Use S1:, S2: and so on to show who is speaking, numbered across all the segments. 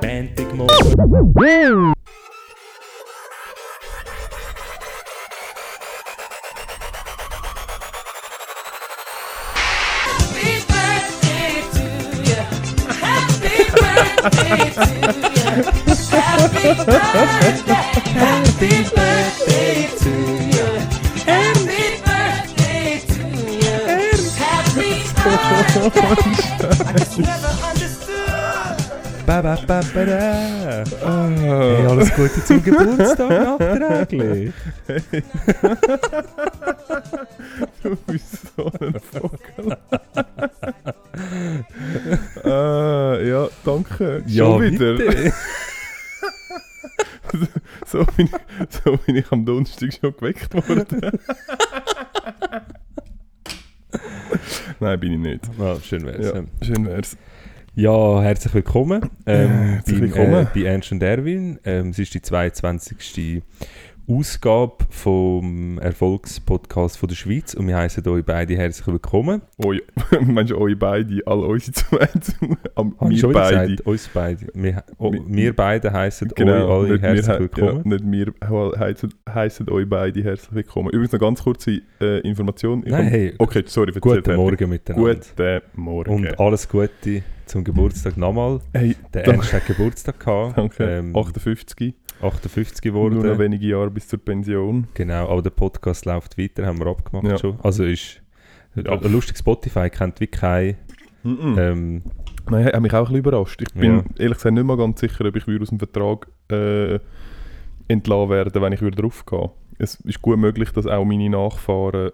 S1: no. Ba, ba, ba, ba, da. Hey, alles Gute zum Geburtstag nachträglich.
S2: Du bist so ein Vogel. äh, ja, danke. Schon wieder.
S1: bitte.
S2: So bin, ich, so bin ich am Donnerstag schon geweckt worden. Nein, bin ich nicht.
S1: Ah, schön wär's.
S2: Ja,
S1: Ja.
S2: schön wär's.
S1: ja, herzlich willkommen. ähm,
S2: Ja,
S1: beim,
S2: herzlich
S1: Äh,
S2: willkommen.
S1: bei Ernst und Erwin. Ähm, es ist die 22. Ausgabe vom Erfolgspodcast von der Schweiz und wir heißen euch beide herzlich willkommen.
S2: Oh, ja. Meinst du, euch beide, alle unsere zwei zu- am
S1: Habe ich
S2: wir
S1: schon wieder
S2: beide.
S1: gesagt, uns beide. Wir, oh,
S2: Wir-
S1: wir beide heißen euch alle
S2: nicht Genau, wir
S1: herzlich
S2: hei-
S1: willkommen.
S2: Ja, nicht wir heißen, heißen euch beide herzlich willkommen. Übrigens noch ganz kurze äh, Information. Ich
S1: Nein,
S2: komm-
S1: hey,
S2: okay, sorry, erzähl
S1: guten
S2: Oh, fertig.
S1: Morgen miteinander.
S2: Guten Morgen.
S1: Und alles Gute zum Geburtstag nochmal.
S2: hey,
S1: Der
S2: danke.
S1: Ernst hat Geburtstag gehabt.
S2: danke.
S1: Ähm,
S2: 58.
S1: 58
S2: Nur noch
S1: geworden.
S2: wenige Jahre bis zur Pension.
S1: Genau, aber der Podcast läuft weiter, haben wir abgemacht
S2: Ja.
S1: schon. Also ist
S2: Ja.
S1: lustig, Spotify kennt wie keine.
S2: Mhm.
S1: Ähm,
S2: Nein, hat mich auch ein bisschen überrascht. Ich bin
S1: Ja.
S2: ehrlich gesagt nicht mal ganz sicher, ob ich wieder aus dem Vertrag äh, entlassen werde, wenn ich wieder draufgehe. Es ist gut möglich, dass auch meine Nachfahren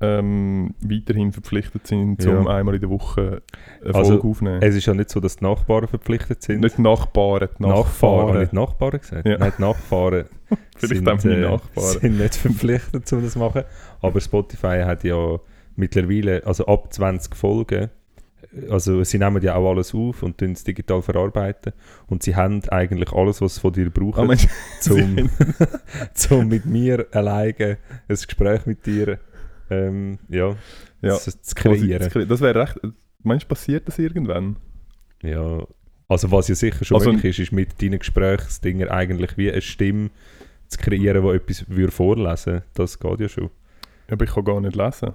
S2: ähm, weiterhin verpflichtet sind,
S1: Ja.
S2: zum einmal in der Woche äh, eine
S1: Also,
S2: Folge aufnehmen.
S1: es ist ja nicht so, dass die Nachbarn verpflichtet sind.
S2: Nicht Nachbarn, die
S1: Habe
S2: Nachfahren.
S1: ich Nachbarn gesagt?
S2: Ja.
S1: Nein, die Nachfahren
S2: Vielleicht
S1: sind,
S2: auch meine
S1: äh,
S2: Nachbarn.
S1: sind nicht verpflichtet, um das zu machen. Aber Spotify hat ja mittlerweile, also ab 20 Folgen, also sie nehmen ja auch alles auf und tun es digital verarbeiten. Und sie haben eigentlich alles, was sie von dir brauchen,
S2: Ah, meinst du, sie
S1: zum, zum mit mir alleine ein Gespräch mit dir ähm, ja,
S2: Ja.
S1: Zu, zu
S2: Das
S1: kreieren.
S2: kre- Das wäre recht. Meinst du, passiert das irgendwann?
S1: Ja. Also was ja sicher schon
S2: Also-
S1: möglich ist, ist mit deinen Gesprächsdinger eigentlich wie eine Stimme zu kreieren, die etwas würde vorlesen Das geht ja schon.
S2: Aber ich kann gar nicht lesen.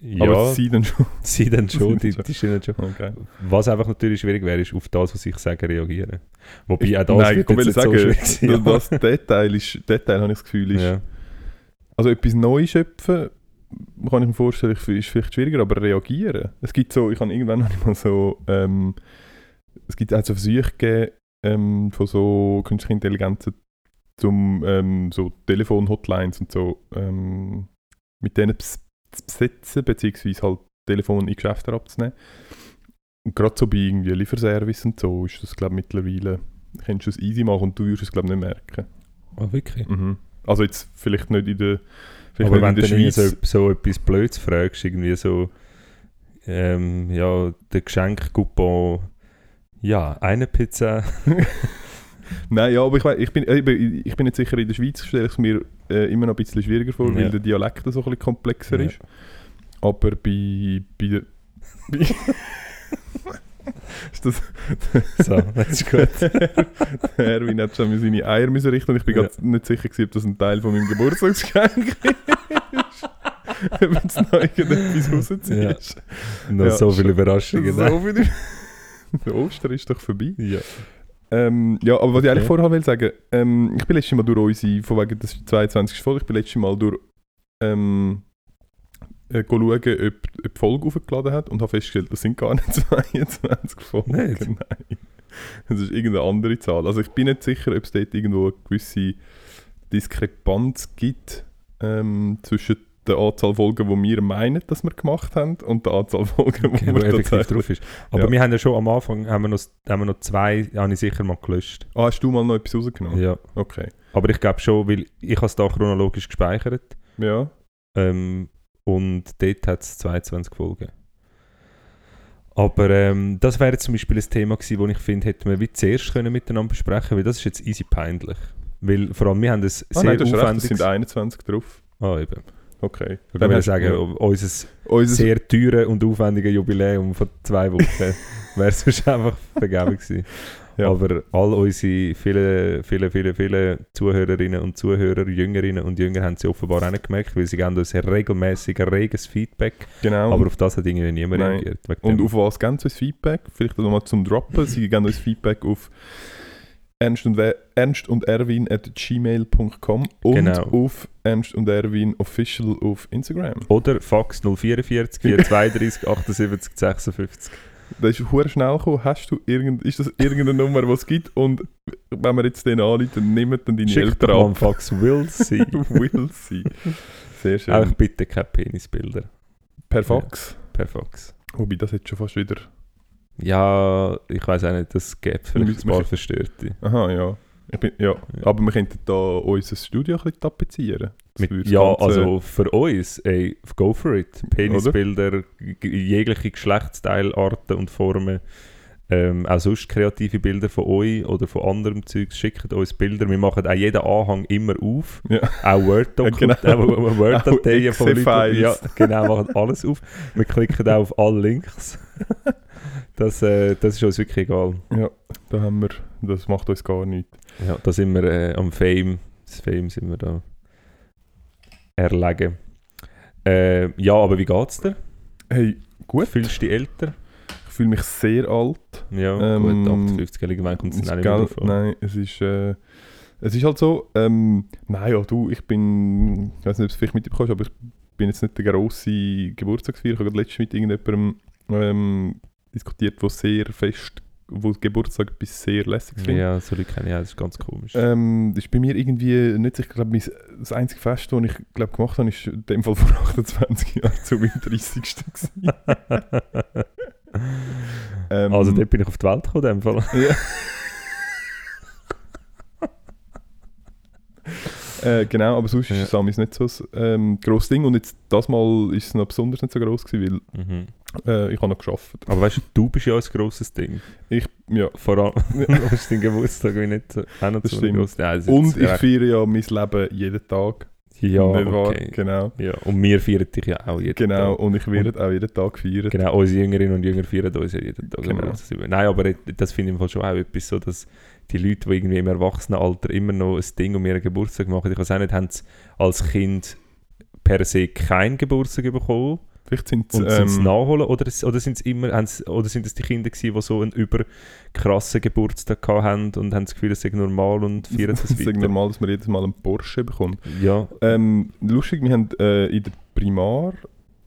S1: Ja,
S2: Aber
S1: sie,
S2: sie dann schon.
S1: dann schon, die,
S2: sind schon-
S1: die stimmen schon.
S2: Okay.
S1: Was einfach natürlich schwierig wäre, ist auf das, was ich sage, reagieren. Wobei auch das
S2: Nein, ich
S1: wird jetzt
S2: will
S1: nicht
S2: sagen,
S1: so schwierig sein.
S2: das Detail ist, Detail habe ich das Gefühl, ist,
S1: ja.
S2: Also etwas Neues schöpfen, kann ich mir vorstellen, ist vielleicht schwieriger, aber reagieren. Es gibt so, ich habe irgendwann habe ich mal so, ähm, es gibt auch so Versuche gegeben, ähm, von so künstlicher Intelligenz zum ähm, so Telefon-Hotlines und so ähm, mit denen bes- zu besetzen, beziehungsweise halt Telefon in Geschäfte abzunehmen. Und gerade so bei irgendwie Lieferservice und so ist das, glaube ich, mittlerweile, kannst du es easy machen und du wirst es, glaube ich, nicht merken.
S1: Ah, wirklich.
S2: Mhm. Also jetzt vielleicht nicht in der, vielleicht
S1: Aber wenn du
S2: nicht
S1: dann
S2: in der
S1: irgendwie
S2: Schweiz.
S1: so, so etwas Blödes fragst, irgendwie so, ähm, ja, der Geschenkcoupon, ja, eine Pizza.
S2: Nein, ja, aber ich, weiss, ich, bin, ich, bin, ich bin nicht sicher, in der Schweiz stelle ich es mir äh, immer noch ein bisschen schwieriger vor,
S1: Ja.
S2: weil der Dialekt so ein bisschen komplexer
S1: Ja.
S2: ist. Aber bei... bei, der- bei ist das...
S1: So, das ist gut.
S2: Der Erwin hat schon mal seine Eier müssen richten und ich bin
S1: Ja.
S2: ganz nicht sicher, gewesen, ob das ein Teil von meinem Geburtstagsgeschenk ist. Wenn es noch irgendetwas rausziehst.
S1: Noch
S2: Ja,
S1: so viele
S2: So
S1: Überraschungen. ne?
S2: viel... Der Oster ist doch vorbei.
S1: Ja.
S2: Ähm, ja, aber was ich eigentlich
S1: Okay.
S2: vorher will sagen, ähm, ich bin letztes Mal durch unsere, von wegen des 22. Folge, ich bin letztes Mal durch ähm, äh, go schauen, ob, ob die Folge aufgeladen hat und habe festgestellt, das sind gar nicht 22 Folgen.
S1: Nicht?
S2: Nein. Das ist irgendeine andere Zahl. Also ich bin nicht sicher, ob es dort irgendwo eine gewisse Diskrepanz gibt ähm, zwischen der Anzahl Folgen, die wir meinen, dass wir gemacht haben und der Anzahl Folgen, die
S1: Okay, wo
S2: wir
S1: effektiv
S2: tatsächlich...
S1: drauf ist. Aber
S2: Ja.
S1: wir haben ja schon am Anfang haben wir noch, haben wir noch zwei, habe ich sicher mal gelöscht.
S2: Ah, hast du mal noch etwas rausgenommen?
S1: Ja.
S2: Okay.
S1: Aber ich glaube schon, weil ich habe es da chronologisch gespeichert
S2: Ja.
S1: ähm, und dort hat es 22 Folgen. Aber ähm, das wäre jetzt zum Beispiel ein Thema gewesen, das ich finde, hätten wir wie zuerst können miteinander besprechen können, weil das ist jetzt easy peinlich. Weil vor allem wir haben ein sehr
S2: Ah, nein, du hast recht, es
S1: aufwendiges...
S2: sind 21 drauf.
S1: ah, eben.
S2: Okay.
S1: Ich würde
S2: hast-
S1: sagen,
S2: ja.
S1: unser
S2: Unser,
S1: sehr teure und aufwendige Jubiläum von zwei Wochen wäre es wahrscheinlich einfach vergeben gewesen.
S2: Ja.
S1: Aber all unsere vielen, vielen, vielen, vielen Zuhörerinnen und Zuhörer, Jüngerinnen und Jünger haben sie offenbar auch nicht gemerkt, weil sie geben uns regelmäßig ein reges Feedback.
S2: Genau.
S1: aber auf das hat irgendwie niemand
S2: Nein.
S1: reagiert. wegen
S2: Und
S1: dem.
S2: auf was geben sie uns Feedback? Vielleicht nochmal zum Droppen. Sie geben uns Feedback auf ernst und, We- ernst und Erwin at gmail.com und
S1: Genau.
S2: auf ernst und Erwin official auf Instagram.
S1: Oder Fax 044 432 78 56.
S2: Das ist hure schnell gekommen. Hast du irgend, ist das irgendeine Nummer, die es gibt? Und wenn wir jetzt den anrufen, nehmen dann deine
S1: Schickt doch
S2: Eltern
S1: mal
S2: ab.
S1: einen Fax, will sie.
S2: Will sie. Sehr schön.
S1: Auch bitte keine Penisbilder
S2: per Fax.
S1: per Fax.
S2: Wobei, das jetzt schon fast wieder...
S1: Ja, ich weiß auch nicht, das gäbe vielleicht ein
S2: Wir-
S1: paar
S2: wir-
S1: Verstörte.
S2: Aha, ja. Ich bin, ja.
S1: Ja.
S2: Aber wir könnten da unser Studio ein bisschen tapezieren. Das
S1: Mit,
S2: würde
S1: ja,
S2: das Ganze-
S1: also für uns, ey, go for it. Penisbilder, g- jegliche Geschlechtsteilarten und Formen. Ähm, auch sonst kreative Bilder von euch oder von anderem Zeugs. Schickt uns Bilder. Wir machen auch jeden Anhang immer auf.
S2: Ja.
S1: Auch Word-Dateien
S2: Ja, genau.
S1: äh, Word
S2: Auch
S1: von Leuten.
S2: Exe-Files.
S1: Ja, genau, machen alles auf. Wir klicken auch auf alle Links. Das, äh, das ist uns wirklich egal.
S2: Da haben wir, das macht uns gar nichts.
S1: Ja, da sind wir äh, am Fame. Das Fame sind wir da erlegen. Äh, ja, aber wie geht's dir?
S2: Hey, gut.
S1: Fühlst du dich älter?
S2: Ich fühle mich sehr alt.
S1: Ja,
S2: Ähm,
S1: gut, 58-Jährige, wann kommt es
S2: Es-
S1: denn auch nicht
S2: gell?
S1: mehr drauf an?
S2: Nein, es ist, äh, es ist halt so, ähm, naja, du, ich bin, ich weiß nicht, ob du es vielleicht mitbekommst, aber ich bin jetzt nicht der grosse Geburtstagsfeier. Ich habe gerade letztens mit irgendjemandem ähm, diskutiert, wo sehr fest, wo Geburtstag bis sehr lässig findet.
S1: Ja, so Leute kenne ich auch, das ist ganz komisch.
S2: Ähm, das ist bei mir irgendwie nicht, so. ich glaube, mein- das einzige Fest, das ich glaub, gemacht habe, ist in dem Fall vor 28 Jahren zu meinem 30. gewesen. ähm,
S1: also, dort bin ich auf die Welt gekommen, in dem Fall.
S2: äh, genau, aber sonst
S1: Ja.
S2: ist Samis nicht so ein ähm, grosses Ding und jetzt das Mal ist es noch besonders nicht so gross gewesen,
S1: Mhm.
S2: weil äh, ich habe noch geschafft.
S1: Aber weißt du, du bist ja auch ein grosses Ding.
S2: Ich, ja.
S1: Vor allem, du hast deinen Geburtstag wie nicht so, auch noch
S2: Das
S1: so
S2: stimmt.
S1: gross. Ja, das ist
S2: Und
S1: jetzt
S2: ich feiere ja mein Leben jeden Tag.
S1: recht- Ja,
S2: Nicht wahr?
S1: okay.
S2: Genau.
S1: Ja, und wir feiern dich ja auch jeden
S2: Genau,
S1: Tag.
S2: und ich werde auch jeden Tag feiern.
S1: Genau, unsere Jüngerinnen und Jünger feiern uns ja jeden Tag.
S2: Genau.
S1: Genau. Nein, aber das finde ich im Fall schon auch etwas so, dass die Leute, die irgendwie im Erwachsenenalter immer noch ein Ding um ihren Geburtstag machen, ich weiß auch nicht, haben sie als Kind per se keinen Geburtstag bekommen
S2: Vielleicht sind es
S1: und sind es
S2: ähm,
S1: nachholen oder, es- oder, sind's immer, haben sie- oder sind es die Kinder gewesen, die so einen überkrassen Geburtstag gehabt haben und haben das Gefühl, es sei normal und feiern
S2: es
S1: das
S2: ist
S1: weiter.
S2: normal, dass man jedes Mal einen Porsche bekommt.
S1: Ja,
S2: Ähm, lustig, wir haben äh, in der Primar,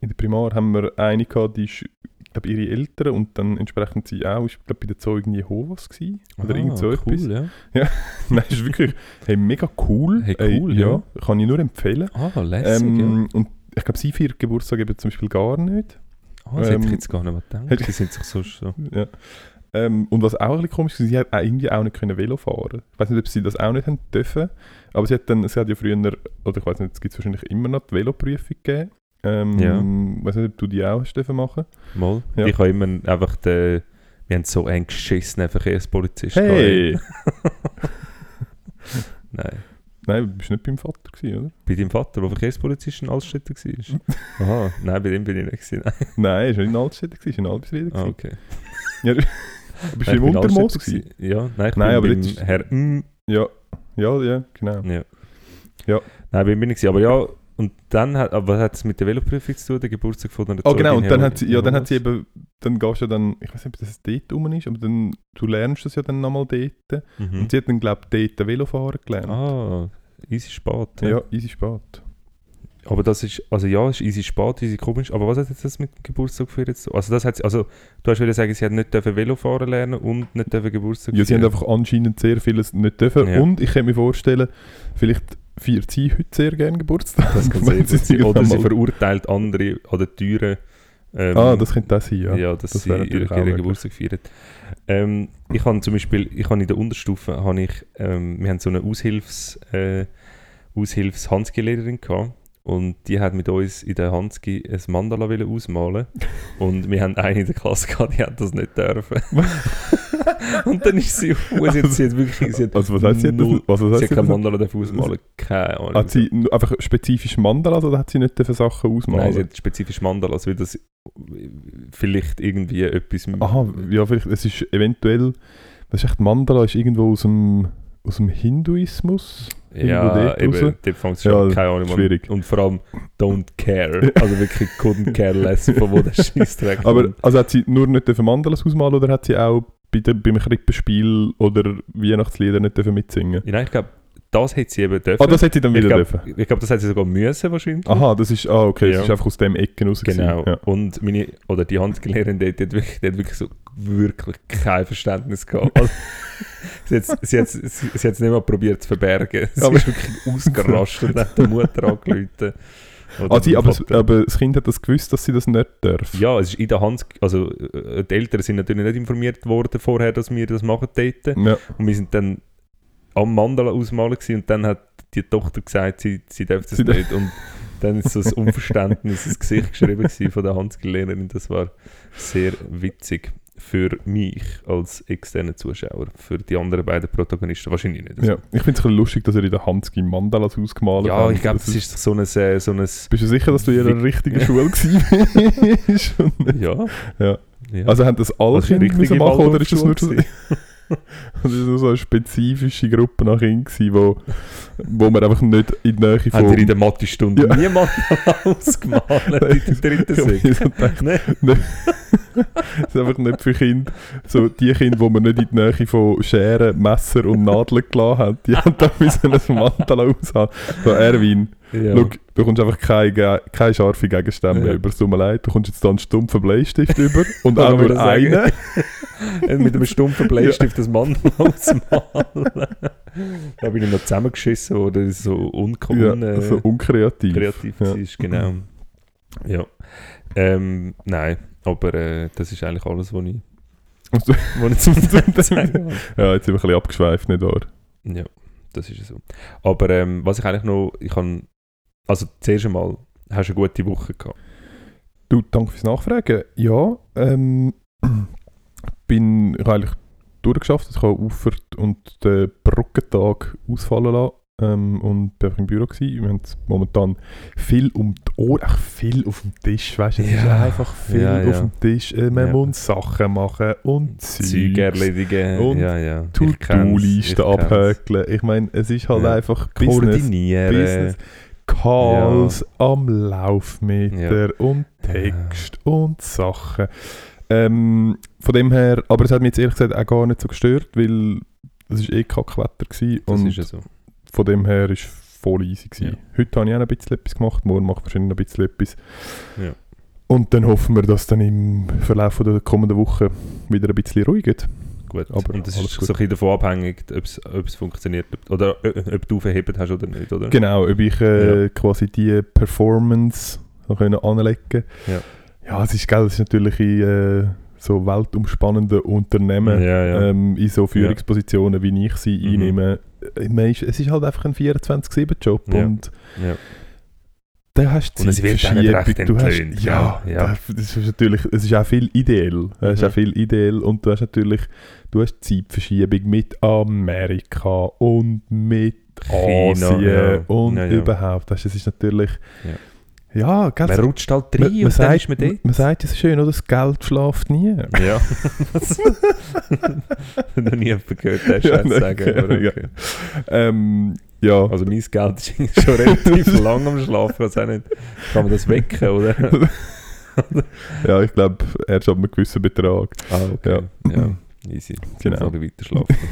S2: in der Primar haben wir eine gehabt, die ist, ich glaube, ihre Eltern und dann entsprechend sie auch, ist, glaube bei den Zeugen Jehovas gewesen, oder
S1: Ah,
S2: irgend so etwas.
S1: cool, ja.
S2: Nein, ist wirklich, hey, mega cool.
S1: Hey, cool,
S2: ja.
S1: ja.
S2: Kann ich nur empfehlen.
S1: Ah, lässig, ja.
S2: Ähm, Und ich glaube, sie feiert Geburtstag eben zum Beispiel gar nicht.
S1: Ah, das hätte
S2: ähm,
S1: ich jetzt gar nicht mehr gedacht.
S2: hätte-
S1: Die sind sich sonst so...
S2: Ja. Ähm, und was auch ein bisschen komisch war, sie hat auch irgendwie auch nicht können Velo fahren. Ich weiß nicht, ob sie das auch nicht haben dürfen, aber sie hat dann, sie hat ja früher, oder ich weiß nicht, es gibt wahrscheinlich immer noch die Veloprüfung gegeben. Ähm,
S1: Ja.
S2: Ich weiß nicht, ob du die auch hast dürfen machen.
S1: Mal.
S2: Ja.
S1: Ich habe immer einfach den. Wir haben so einen geschissenen Verkehrspolizist.
S2: Hey!
S1: gehabt. Nein.
S2: Nein, du bist nicht beim Vater gewesen, oder?
S1: Bei deinem Vater, der Verkehrspolizist in Altstädter
S2: Mhm.
S1: war? Aha. Nein, bei dem bin ich nicht. Gewesen. Nein.
S2: Nein, ist nicht in Altstädte gewesen, ist in Albisrede
S1: Ah,
S2: gewesen.
S1: okay.
S2: Du bist
S1: Nein,
S2: im
S1: ich bin in
S2: Untermoos
S1: Altstädter
S2: gewesen.
S1: gewesen. Ja, nein, ich
S2: Nein,
S1: bin
S2: aber
S1: beim Hm.
S2: jetzt ist-
S1: Herr M.
S2: Ja, ja, ja, genau.
S1: Ja.
S2: Ja.
S1: Nein, bei mir nicht. gewesen. Aber ja, und dann hat, aber was hat es mit der Veloprüfung zu tun, der Geburtstag von einer
S2: Ah, genau,
S1: Zeugin
S2: und dann
S1: Hero-
S2: hat sie, ja, dann hat sie
S1: Jehovas?
S2: eben, dann gehst du ja dann, ich weiß nicht, ob das dort rum ist, aber dann, du lernst das ja dann nochmal dort.
S1: Mhm.
S2: Und sie hat dann, glaube ich, dort Velofahren gelernt.
S1: Ah, easy spät.
S2: ja. easy spät.
S1: Aber das ist, also ja, ist easy spät, easy komisch. Aber was hat jetzt das mit dem Geburtstag für jetzt? so- Also das hat, sie- also du hast wieder sagen, sie hat nicht dürfen Velo fahren lernen und nicht dürfen Geburtstag.
S2: Ja, sie haben
S1: feiern.
S2: einfach anscheinend sehr vieles nicht dürfen.
S1: Ja.
S2: Und ich kann mir vorstellen, vielleicht feiert sie heute sehr gerne Geburtstag.
S1: das kann
S2: wenn
S1: sehr gut sein. Oder
S2: irgendwann
S1: sie
S2: mal-
S1: verurteilt andere an der Türe. ähm,
S2: Ah, das könnte das sein, ja.
S1: ja, dass
S2: das
S1: sie
S2: wäre
S1: ihren
S2: natürlich auch
S1: ihren
S2: möglich.
S1: Geburtstag feiern. Ähm, ich habe zum Beispiel, ich habe in der Unterstufe, habe ich, ähm, wir haben so eine Aushilfs, äh, Aushilfs Hanski-Lehrerin gehabt und die hat mit uns in der Hanski ein Mandala wollen ausmalen und wir haben eine in der Klasse gehabt, die hat das nicht dürfen. und dann ist sie auf sie hat, sie hat wirklich, sie hat,
S2: Also, was heißt sie?
S1: null-
S2: Das, was, was
S1: sie
S2: heißt
S1: hat
S2: sie
S1: kein
S2: das?
S1: Mandala dürfen ausmalen, keine Ahnung.
S2: Hat sie nur einfach spezifisch Mandalas oder hat sie nicht dürfen Sachen
S1: Nein,
S2: ausmalen?
S1: sie hat spezifisch Mandalas, weil das vielleicht irgendwie etwas...
S2: Aha, ja, vielleicht, es ist eventuell, Das ist echt, Mandala ist irgendwo aus dem, aus dem Hinduismus. Irgendwo
S1: Ja,
S2: dort
S1: eben,
S2: raus.
S1: dort fängt es schon
S2: Ja,
S1: keine Ahnung an.
S2: schwierig.
S1: Und vor allem, don't care. Also wirklich, couldn't care less, von wo der Scheißdreck
S2: Aber
S1: kommt.
S2: also hat sie nur nicht dürfen Mandalas ausmalen oder hat sie auch bei der, beim Krippenspiel oder Weihnachtslieder nicht dürfen mitsingen?
S1: Ja, Nein, ich glaube, das hätte sie eben dürfen.
S2: Ah, das hätte sie dann
S1: ich
S2: wieder
S1: glaube,
S2: dürfen.
S1: glaub, das hätte sie sogar müssen wahrscheinlich.
S2: Aha, das ist, ah okay,
S1: Ja.
S2: das ist einfach aus dem Ecken raus. gewesen.
S1: Genau.
S2: Ja.
S1: Und meine, oder die Handgelehrerin, die, hat wirklich, die hat wirklich so wirklich kein Verständnis gehabt. Also, sie hat es sie hat's- sie, sie hat's nicht mal probiert zu verbergen. Sie
S2: Aber-
S1: ist wirklich ausgerastet und hat der Mutter angerufen. Oder
S2: Ah, sie,
S1: dem
S2: aber, das-
S1: Vater.
S2: aber das Kind hat das gewusst, dass sie das nicht darf.
S1: ja, es ist in der Hand, also äh, die Eltern sind natürlich nicht informiert worden vorher, dass wir das machen dort.
S2: Ja.
S1: Und wir sind dann am Mandala ausmalen gewesen und dann hat die Tochter gesagt, sie, sie darf das
S2: Sie darf-
S1: nicht. Und dann ist so ein Unverständnis ins Gesicht geschrieben gewesen von der Handgelehrerin. Das war sehr witzig für mich als externen Zuschauer. Für die anderen beiden Protagonisten wahrscheinlich nicht.
S2: Ja. Ich finde es ein bisschen lustig, dass er in der Hanski Mandalas ausgemalt hat.
S1: ja ich glaube, es ist so ein, äh, so ein
S2: Bist du sicher, dass du in einer
S1: Wie-
S2: richtigen Schule warst? Und-
S1: ja.
S2: Ja.
S1: ja.
S2: also haben das alle
S1: Das ist eine
S2: Kinder müssen
S1: richtige
S2: machen oder ist das nur so,
S1: Waldorfschule
S2: das ist nur so eine spezifische Gruppe nach Kindern gewesen, wo, wo man einfach nicht in die Nähe
S1: Hat
S2: von...
S1: er in der Mathe-Stunde
S2: Ja.
S1: niemand ausgemalt in der dritten
S2: Ja,
S1: Säge?
S2: ich so gedacht,
S1: Nein.
S2: das ist einfach nicht für Kinder. So die Kinder, die man nicht in die Nähe von Scheren, Messer und Nadeln gelassen hat, die haben da müssen ein Mandala aushalten. So Erwin,
S1: Ja.
S2: Schau, du kommst einfach keine, Ge- keine scharfe Gegenstände mehr
S1: Ja.
S2: über. Es tut mir leid, du kommst jetzt da einen stumpfen Bleistift über und
S1: Kann
S2: auch
S1: man
S2: nur
S1: das sagen?
S2: einen.
S1: Und äh, mit einem stumpfen Bleistift das Mandel ausmalen. da bin ich noch zusammengeschissen worden, das so
S2: Ja,
S1: unkommon äh,
S2: so unkreativ.
S1: kreativ
S2: ja.
S1: war, genau. Ja. Ähm, nein, aber äh, das ist eigentlich alles, was ich,
S2: Was du-
S1: was ich zum Sagen habe.
S2: Ja, jetzt sind wir ein bisschen abgeschweift, nicht wahr?
S1: Ja, das ist ja so. Aber ähm, was ich eigentlich noch, ich kann, also zuerst einmal, hast du eine gute Woche gehabt?
S2: Du, danke fürs Nachfragen. Ja, ähm, bin ich habe eigentlich durchgeschafft. Ich habe Ufert und den Brückentag ausfallen lassen ähm, und bin einfach im Büro gewesen. Wir haben jetzt momentan viel um die Ohren, ach, viel auf dem Tisch, weißt du? Es ist
S1: Ja,
S2: einfach viel
S1: ja, ja.
S2: auf dem Tisch. Äh, man
S1: Ja.
S2: muss Sachen machen und
S1: Zeug
S2: Zeug.
S1: erledigen,
S2: Und
S1: ja, ja. Ich kenn's, ich
S2: To-Do-Listen
S1: kenn's.
S2: abhäkeln. Ich meine, es ist halt
S1: Ja.
S2: einfach Business.
S1: Koordinieren.
S2: Business Calls am Laufmeter und Text und Sachen. Ähm, von dem her, aber es hat mich jetzt ehrlich gesagt auch gar nicht so gestört, weil es war eh Kackwetter gewesen
S1: Das
S2: und
S1: ist ja so.
S2: von dem her ist voll easy gewesen. Heute habe ich auch ein bisschen etwas gemacht, morgen mache ich wahrscheinlich noch ein bisschen etwas.
S1: Ja.
S2: Und dann hoffen wir, dass dann im Verlauf von der kommenden Woche wieder ein bisschen ruhig wird.
S1: Gut.
S2: Aber
S1: und das
S2: alles
S1: ist
S2: gut.
S1: so ein bisschen davon abhängig, ob es ob es funktioniert ob, oder äh, ob du verhebt hast oder nicht, oder?
S2: Genau, ob ich äh, quasi die Performance noch können anlegen
S1: Ja.
S2: Ja, es ist geil, es ist natürlich in äh, so weltumspannenden Unternehmen,
S1: Ja, ja.
S2: ähm, in so Führungspositionen, wie ich sie
S1: Mhm.
S2: einnehme. Äh, man ist, es ist halt einfach ein 24-7-Job
S1: Ja.
S2: und
S1: Ja.
S2: da hast du
S1: Und es wird auch nicht recht
S2: du hast,
S1: entlöhnt,
S2: ja,
S1: ja, ja.
S2: da- Das ist natürlich, es ist auch viel ideell. Es ist
S1: Mhm.
S2: auch viel ideell und du hast natürlich, du hast Zeitverschiebung mit Amerika und mit
S1: China,
S2: Asien
S1: ja.
S2: und
S1: Ja, ja.
S2: überhaupt. Weißt, du, es ist natürlich, ja, gell,
S1: Man
S2: es-
S1: rutscht halt rein und dann ist man dort.
S2: man also, sagt, es ist schön, oder? Das Geld schlaft nie.
S1: Ja. Das- noch nie jemand gehört, den
S2: Ja,
S1: Scheiß
S2: nein,
S1: sagen. Aber
S2: ja.
S1: okay.
S2: Ähm, ja.
S1: Also mein Geld ist eigentlich schon relativ lang am Schlafen. Also auch nicht. Kann man das wecken, oder?
S2: ja, ich glaube, er ist ab einem gewissen Betrag.
S1: Ah, okay. Ja.
S2: Ja.
S1: Easy.
S2: Genau.
S1: Genau. weiter schlafen.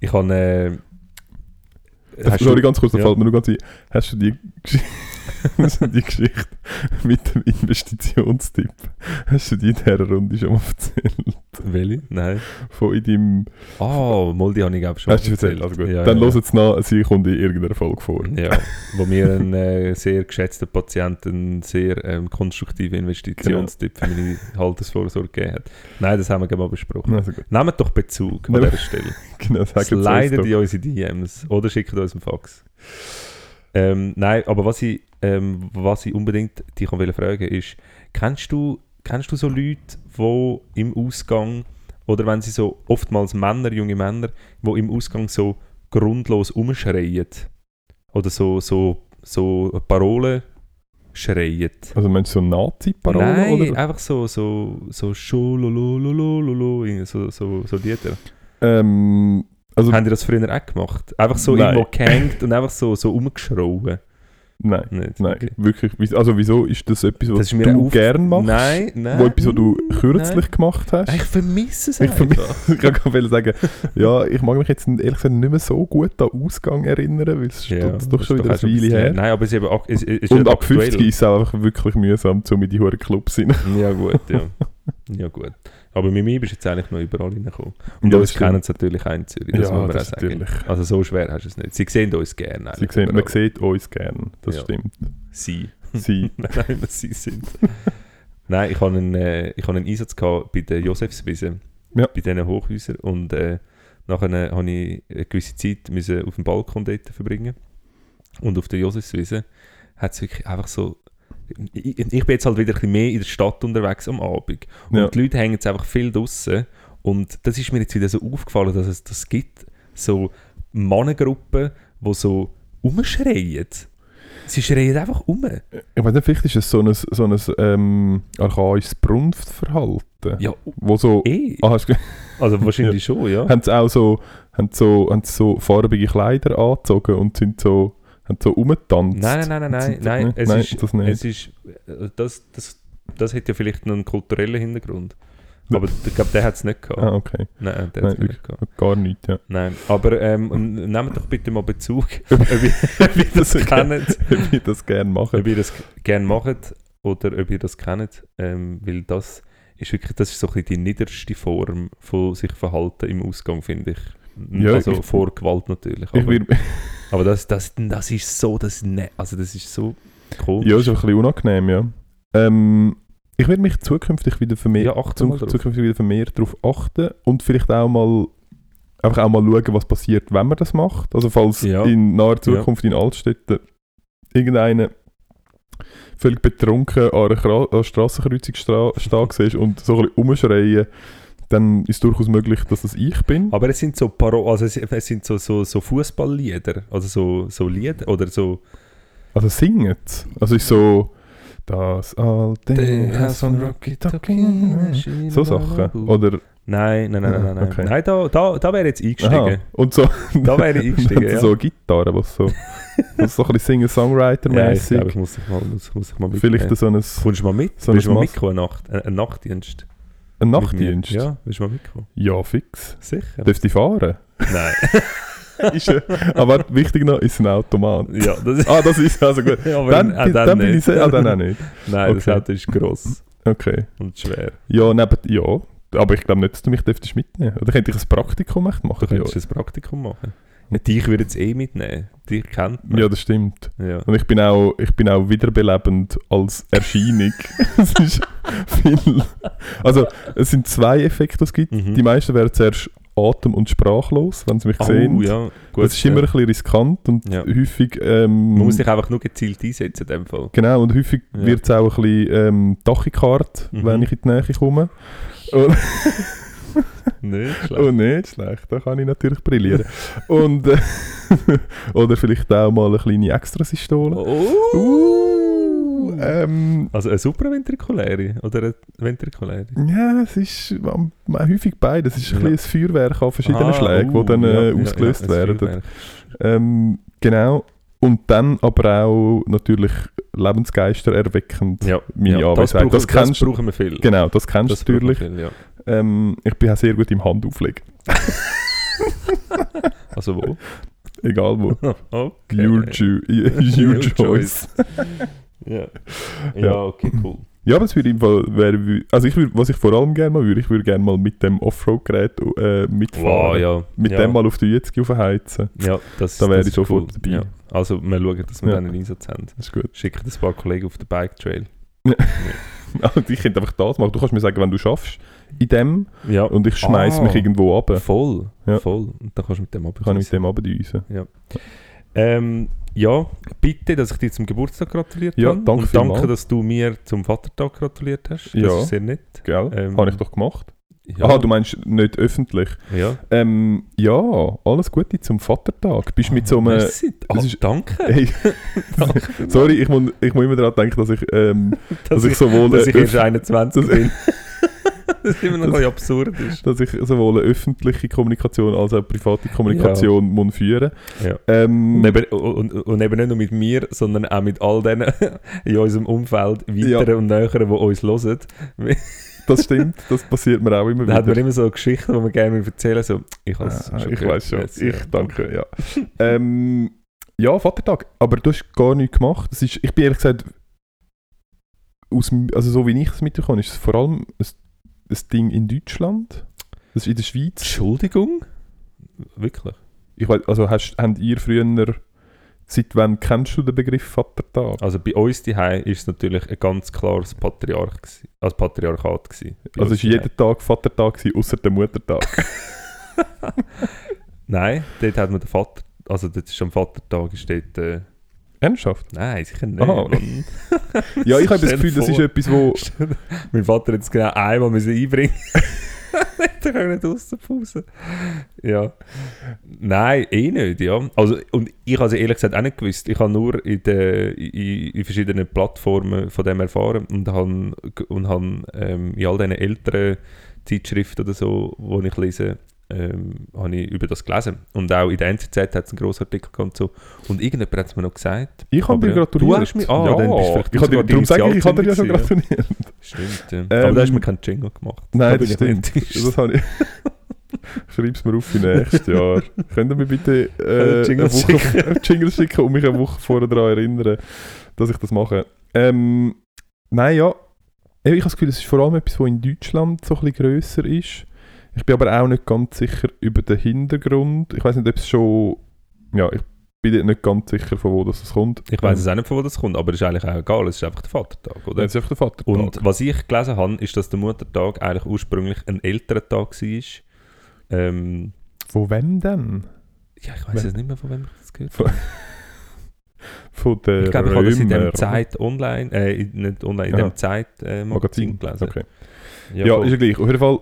S1: Ich habe... Äh, hast du-
S2: Sorry, ganz kurz, da
S1: Ja.
S2: fällt mir nur ganz ein. Hast du die, Gesch- hast du die Geschichte mit dem Investitionstipp, hast du die in dieser Runde schon mal erzählt?
S1: Welche? Nein.
S2: Von in deinem...
S1: Ah, Moldi habe ich glaube schon
S2: hast du erzählt? Also gut.
S1: Ja,
S2: Dann
S1: ja,
S2: hört es nach, sie kommt in irgendeiner Folge vor.
S1: Ja, wo mir ein äh, sehr geschätzter Patient einen sehr ähm, konstruktiven Investitionstipp
S2: Genau.
S1: für meine Altersvorsorge gegeben hat. Nein, das haben wir gerade mal besprochen.
S2: Also gut,
S1: Nehmt doch Bezug an
S2: Nehmen-
S1: dieser Stelle.
S2: genau, sag jetzt
S1: Slidet
S2: uns
S1: in unsere DMs oder schickt uns einen Fax. Ähm, nein, aber was ich, ähm, was ich unbedingt dich wollte fragen ist, kennst du, kennst du so Leute, die im Ausgang, oder wenn sie so, oftmals Männer, junge Männer, die im Ausgang so grundlos umschreien oder so, so, so Parolen schreien?
S2: doch. Also meinst du so Nazi-Parolen?
S1: Nein,
S2: oder?
S1: einfach so, so, so Schulolololololo, so, so, so Lieder.
S2: Ähm, also,
S1: Haben die das früher auch gemacht? Einfach so
S2: Nein.
S1: irgendwo gehängt und einfach so, so umgeschrauen?
S2: nein,
S1: Nicht?
S2: nein,
S1: Okay.
S2: wirklich. Wieso- Also wieso ist das etwas, was
S1: Das ist mir
S2: du
S1: auf-
S2: gern machst?
S1: Nein, nein.
S2: Wo etwas, was du kürzlich gemacht hast?
S1: Ich vermisse es
S2: Ich vermisse-
S1: einfach.
S2: ich kann gerade sagen, ja, ich mag mich jetzt ehrlich gesagt nicht mehr so gut an den Ausgang erinnern, weil es
S1: Ja,
S2: ist doch schon
S1: das
S2: wieder eine
S1: ist doch auch
S2: Weile
S1: bisschen-
S2: her.
S1: Nein, aber es ist eben auch, es, es ist
S2: Und
S1: ja
S2: ab 50
S1: aktuell.
S2: ist es auch einfach wirklich mühsam, um in die hohen Clubs rein.
S1: Ja gut, ja. ja gut. Aber mit mir bist du jetzt eigentlich noch überall reingekommen. Und
S2: Ja,
S1: uns
S2: stimmt.
S1: kennen es natürlich ein Zürich, das
S2: Ja,
S1: muss man
S2: das
S1: auch sagen.
S2: natürlich.
S1: Also so schwer hast du es nicht. Sie sehen uns gerne.
S2: Sie
S1: eigentlich
S2: sehen, man
S1: überall.
S2: sieht uns gern, das
S1: Ja.
S2: stimmt.
S1: Sie.
S2: Sie,
S1: Nein, was sie sind. Nein, ich habe einen, äh, ich habe einen Einsatz gehabt bei den Josefswiesen,
S2: Ja.
S1: bei diesen Hochhäusern. Und äh, nachher äh, habe ich eine gewisse Zeit müssen auf dem Balkon dort verbringen. Und auf der Josefswiese hat es wirklich einfach so. Ich, ich bin jetzt halt wieder ein bisschen mehr in der Stadt unterwegs am Abend. Und
S2: Ja.
S1: die Leute hängen jetzt einfach viel draußen. Und das ist mir jetzt wieder so aufgefallen, dass es das gibt. So Mannengruppen, die so umschreien. Sie schreien einfach um.
S2: ich weiß nicht, vielleicht ist es so ein, so ein ähm, archaisches Brunftverhalten,
S1: Ja,
S2: wo so...
S1: eh.
S2: Ah, hast du
S1: Also wahrscheinlich schon, ja.
S2: haben sie auch so, haben so, haben so farbige Kleider angezogen und sind so, haben so rumgetanzt.
S1: Nein, nein, nein, nein, nein,
S2: Sind-
S1: nein.
S2: nein,
S1: Es
S2: nein,
S1: ist,
S2: das nicht.
S1: Es ist, äh, das, das, das hat ja vielleicht noch einen kulturellen Hintergrund. Aber ich glaube, der hat es nicht gehabt.
S2: Ah, okay.
S1: Nein, der
S2: Nein,
S1: hat es nicht gehabt.
S2: Gar nicht, ja.
S1: Nein, aber ähm, n- nehmt doch bitte mal Bezug, ob ihr, ob ihr das
S2: Das-
S1: kennt,
S2: Ob ich das gerne mache.
S1: ob ihr das gerne macht oder ob ihr das kennt, ähm, weil das ist wirklich, das ist so ein bisschen die niederste Form von sich verhalten im Ausgang, finde ich.
S2: Ja,
S1: also
S2: ich-
S1: vor Gewalt natürlich.
S2: Ich
S1: aber-
S2: würd,
S1: Aber das, das, das ist so, das ne, also das ist so komisch.
S2: ja, ist ein bisschen unangenehm, ja. Ähm, ich werde mich zukünftig wieder vermehrt,
S1: ja achte mal
S2: zum,
S1: drauf.
S2: zukünftig wieder vermehrt darauf achten und vielleicht auch mal einfach auch mal schauen, was passiert, wenn man das macht. Also falls
S1: Ja.
S2: in naher Zukunft in Altstädten irgendeiner völlig betrunken an einer Kra- an einer Strassenkreuzung stra- stehen siehst und so ein bisschen umschreien, dann ist durchaus möglich, dass das ich bin.
S1: Aber es sind so Paro also es, es sind so, so, so Fußballlieder, also so, so Lieder oder so.
S2: Also singet. Also ist so das alte Haus von Rocky Talking. So
S1: Uh,
S2: Sachen. Oder
S1: Nein, nein, nein, nein, nein. Nein,
S2: Okay.
S1: nein da, da, da wäre jetzt
S2: aha,
S1: eingestiegen.
S2: und so,
S1: Da wäre ich
S2: dann
S1: eingestiegen,
S2: ja.
S1: ja.
S2: so Gitarre, was so, was so ein bisschen
S1: ja, ich
S2: Singer-Songwriter-mäßig.
S1: glaube, ich muss dich mal, muss, muss ich mal mitnehmen.
S2: Vielleicht so ein, ein
S1: Kommst du mal mit?
S2: so ein
S1: willst du mal
S2: Mas-
S1: mitkommen, eine Nacht, äh, ein Nachtdienst? Mit
S2: Nachtdienst.
S1: mir?
S2: Ja.
S1: Ja, willst du mal mitkommen?
S2: fix.
S1: Sicher?
S2: Dürfte ich fahren?
S1: Nein.
S2: Ist, äh, aber wichtig noch, ist ein Automat.
S1: ja, das
S2: Ah, das ist also gut.
S1: aber
S2: Dann,
S1: auch
S2: dann, bin ich
S1: nicht.
S2: sehr, ah, dann auch nicht.
S1: Nein, das
S2: Okay.
S1: Auto ist gross
S2: Okay.
S1: und schwer.
S2: Ja, neben, ja. Aber ich glaube nicht, dass du mich dürftest mitnehmen. Oder könnte ich ein Praktikum echt machen?
S1: Du
S2: Ja.
S1: könntest ein Praktikum machen. Ja, dich würde jetzt eh mitnehmen. Dich kennt man.
S2: ja, das stimmt.
S1: Ja.
S2: Und ich bin auch, ich bin auch wiederbelebend als Erscheinung. es ist viel. Also, es sind zwei Effekte, die es gibt.
S1: Mhm.
S2: Die meisten werden zuerst atem- und sprachlos, wenn sie mich
S1: Oh,
S2: sehen.
S1: ja, gut.
S2: das ist immer ein
S1: ja.
S2: bisschen riskant und
S1: Ja.
S2: häufig. Ähm,
S1: Man muss sich einfach nur gezielt einsetzen in dem Fall.
S2: Genau, und häufig
S1: Ja.
S2: wird es auch ein bisschen ähm, Tachykard,
S1: Mhm.
S2: wenn ich in die Nähe komme.
S1: Nicht schlecht.
S2: Oh, nicht schlecht, da kann ich natürlich brillieren. und, äh, oder vielleicht auch mal eine kleine Extrasystole.
S1: Oh.
S2: Uh, ähm,
S1: Also eine supraventrikuläre oder eine ventrikuläre?
S2: Ja, es ist am- häufig beides. Es ist ein,
S1: Ja.
S2: bisschen ein Feuerwerk an verschiedenen
S1: Ah,
S2: Schlägen,
S1: oh,
S2: die dann äh,
S1: ja, ja,
S2: ausgelöst
S1: ein
S2: werden.
S1: Feuerwerk.
S2: Ähm, genau. Und dann aber auch natürlich Lebensgeister erweckend.
S1: Ja,
S2: Meine
S1: ja das,
S2: Anwesenheit.
S1: brauchen,
S2: Das
S1: das,
S2: kennst du-
S1: brauchen wir viel.
S2: Genau, das kennst
S1: Das
S2: du
S1: brauchen wir
S2: natürlich.
S1: Viel, ja.
S2: Ähm, ich bin auch sehr gut im Handauflegen.
S1: Also wo?
S2: Egal wo.
S1: okay.
S2: Your, ju- your
S1: Your
S2: choice.
S1: Ja.
S2: Ja.
S1: ja, okay, cool.
S2: Ja, aber es würde im Fall, wäre, also ich würde, was ich vor allem gerne mal würde, ich würde gerne mal mit dem Offroad-Gerät äh, mitfahren.
S1: Wow, ja.
S2: Mit
S1: ja.
S2: dem mal auf die 90 aufheizen.
S1: Ja, das,
S2: Da wäre
S1: das
S2: ich
S1: ist
S2: sofort dabei.
S1: Also, wir schauen, dass wir
S2: Ja.
S1: dann einen Einsatz haben.
S2: Das ist gut.
S1: Schickt ein paar Kollegen auf den Bike Trail.
S2: Also ich könnte einfach das machen. Du kannst mir sagen, wenn du schaffst in dem
S1: Ja,
S2: und ich schmeiß
S1: Ah.
S2: mich irgendwo ab.
S1: voll.
S2: Ja.
S1: Voll. Und dann kannst du mit dem
S2: Kann ich
S1: abschließen.
S2: mit dem abdüsen.
S1: Ähm, ja, bitte, dass ich dir zum Geburtstag gratuliert
S2: Ja,
S1: habe.
S2: danke
S1: Und
S2: vielmals.
S1: danke, dass du mir zum Vatertag gratuliert hast. Das
S2: Ja.
S1: ist sehr nett.
S2: Gell?
S1: Ähm.
S2: Habe ich doch gemacht.
S1: Ja.
S2: Aha, du meinst nicht öffentlich.
S1: ja.
S2: Ähm, ja, alles Gute zum Vatertag. Bist mit so einem...
S1: Merci. Ah,
S2: es ist-
S1: danke.
S2: Hey, sorry, ich also muss, ich muss immer daran denken, dass ich, ähm, dass, ich sowohl...
S1: dass
S2: äh,
S1: ich erst 21 bin. das immer noch ein bisschen absurd ist.
S2: dass ich sowohl eine öffentliche Kommunikation als auch private Kommunikation muss führen
S1: Ja.
S2: ähm,
S1: Und eben, und, und eben nicht nur mit mir, sondern auch mit all denen in unserem Umfeld, weiteren und näheren, die uns hören.
S2: Das stimmt, das passiert mir auch immer
S1: Da hat man
S2: wieder.
S1: immer so Geschichten, die man gerne will erzählen so ich weiß
S2: Ah, ich weiß schon,
S1: Jetzt,
S2: ich danke, ja. ähm, ja, Vatertag, aber du hast gar nichts gemacht. Das ist, ich bin ehrlich gesagt, aus, dem- also so wie ich es mitbekomme, ist es vor allem ein, ein Ding in Deutschland. Das ist in der Schweiz.
S1: Entschuldigung? Wirklich?
S2: Ich weiß, also hast, habt ihr früher, seit wann kennst du den Begriff Vatertag?
S1: Also bei uns die war es natürlich ein ganz klares Patriarch, gsi- also Patriarchat. gsi. Bei
S2: Also
S1: uns
S2: ist jeder
S1: daheim.
S2: Tag Vatertag gewesen, außer der Muttertag.
S1: Nein, dort hat man den Vater. Also dort ist am Vatertag ist dort. Äh,
S2: Ernsthaft?
S1: nein, sicher nicht.
S2: Aha.
S1: Mann.
S2: Ja, ich habe das
S1: Stell dir
S2: Gefühl, das ist
S1: vor.
S2: etwas, wo
S1: mein Vater hat es genau einmal müssen einbringen. Hätte er nicht rauspausen Ja. Nein, eh nicht, ja. Also, und ich habe es ehrlich gesagt auch nicht gewusst. Ich habe nur in, den, in, in verschiedenen Plattformen von dem erfahren und habe, und habe ähm, in all diesen älteren Zeitschriften oder so, die ich lese, ähm, habe ich über das gelesen. Und auch in der NZZ hat es einen grossen Artikel gehabt und so. Und irgendjemand hat es mir noch gesagt.
S2: Ich habe
S1: Aber
S2: dir gratuliert.
S1: du hast mich- ah, dann bist vielleicht
S2: ich habe dir,
S1: sogar die
S2: darum sage ich, ich habe dir ja schon
S1: Initialzündung
S2: gratuliert.
S1: Stimmt, ja. Aber da hast du mir keinen Jingle gemacht.
S2: Ähm, Nein,
S1: Da
S2: das
S1: bin ich
S2: stimmt.
S1: enttäuscht.
S2: Also, Das habe ich. Schreib es mir auf für nächstes Jahr. Könnt ihr mir bitte äh,
S1: Jingle
S2: eine Woche, schicken. Jingle schicken und mich eine Woche vorher daran erinnern, dass ich das mache? Ähm, nein, ja. Eben, Ich habe das Gefühl, es ist vor allem etwas, was in Deutschland so ein bisschen grösser ist. Ich bin aber auch nicht ganz sicher über den Hintergrund. Ich weiß nicht, ob es schon. Ja, ich bin dort nicht ganz sicher, von wo das kommt.
S1: Ich weiß es auch nicht, von wo das kommt, aber es ist eigentlich auch egal, es ist einfach der Vatertag, oder?
S2: Nein, es ist einfach der Vatertag.
S1: Und was ich gelesen habe, ist, dass der Muttertag eigentlich ursprünglich ein älterer Tag war. Ähm,
S2: Von wem denn?
S1: ja, ich weiß
S2: Wer-
S1: jetzt nicht mehr, von wem ich das gehört habe.
S2: Von der
S1: Ich glaube, ich habe das in
S2: Römer.
S1: dem Zeit online, äh, in- nicht online, in
S2: Aha.
S1: dem Zeit äh, Magazin
S2: Magazin.
S1: gelesen.
S2: Okay.
S1: Ja,
S2: Ja, ist ja gleich. Auf jeden Fall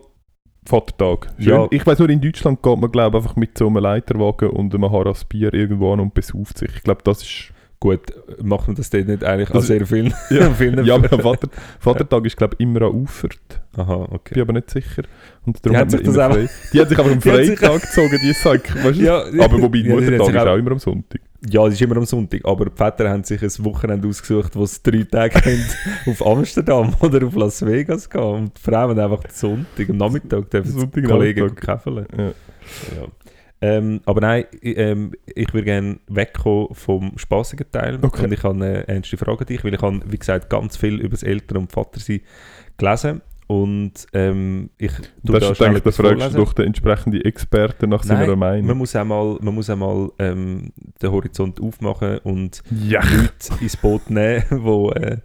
S2: Vatertag. Schön.
S1: Ja.
S2: Ich weiß nur, in Deutschland geht man, glaube ich, einfach mit so einem Leiterwagen und einem Haras Bier irgendwo an und besauft sich. Ich glaube, das ist.
S1: gut, macht man das dort nicht eigentlich an
S2: Das-
S1: sehr vielen,
S2: Ja.
S1: vielen
S2: Ja, aber Vater, Vatertag ist, glaube ich, immer an Ufert.
S1: Aha,
S2: Ich
S1: okay.
S2: bin aber nicht sicher. Und darum
S1: Die haben
S2: hat man
S1: sich das
S2: immer
S1: auch-
S2: frei. Die hat sich aber am
S1: Die hat sich-
S2: Freitag gezogen, die Sack. Weißt du? Aber wobei,
S1: Ja, das hat
S2: Muttertag
S1: sich
S2: ist
S1: auch-
S2: auch immer am Sonntag.
S1: Ja, es ist immer am Sonntag, aber die Väter haben sich ein Wochenende ausgesucht, wo sie drei Tage haben auf Amsterdam oder auf Las Vegas gehen. Und die Frauen haben einfach den Sonntag, am Nachmittag dürfen sie die
S2: Sonntag
S1: Kollegen
S2: Nachmittag.
S1: käfeln.
S2: Ja.
S1: Ja. Ähm, aber nein, ich, ähm, ich würde gerne wegkommen vom spaßigen Teil.
S2: Okay.
S1: Und ich habe eine ernste Frage an dich, weil ich habe, wie gesagt, ganz viel über das Eltern- und Vatersein gelesen. Und ähm, ich tu
S2: Das ist,
S1: schnell
S2: denke ich, da
S1: etwas
S2: fragst
S1: vorlesen.
S2: du doch den entsprechenden Experten nach
S1: Nein,
S2: seiner Meinung.
S1: Man muss einmal, man muss einmal ähm, den Horizont aufmachen und
S2: Ja.
S1: Leute ins Boot nehmen, wo, äh,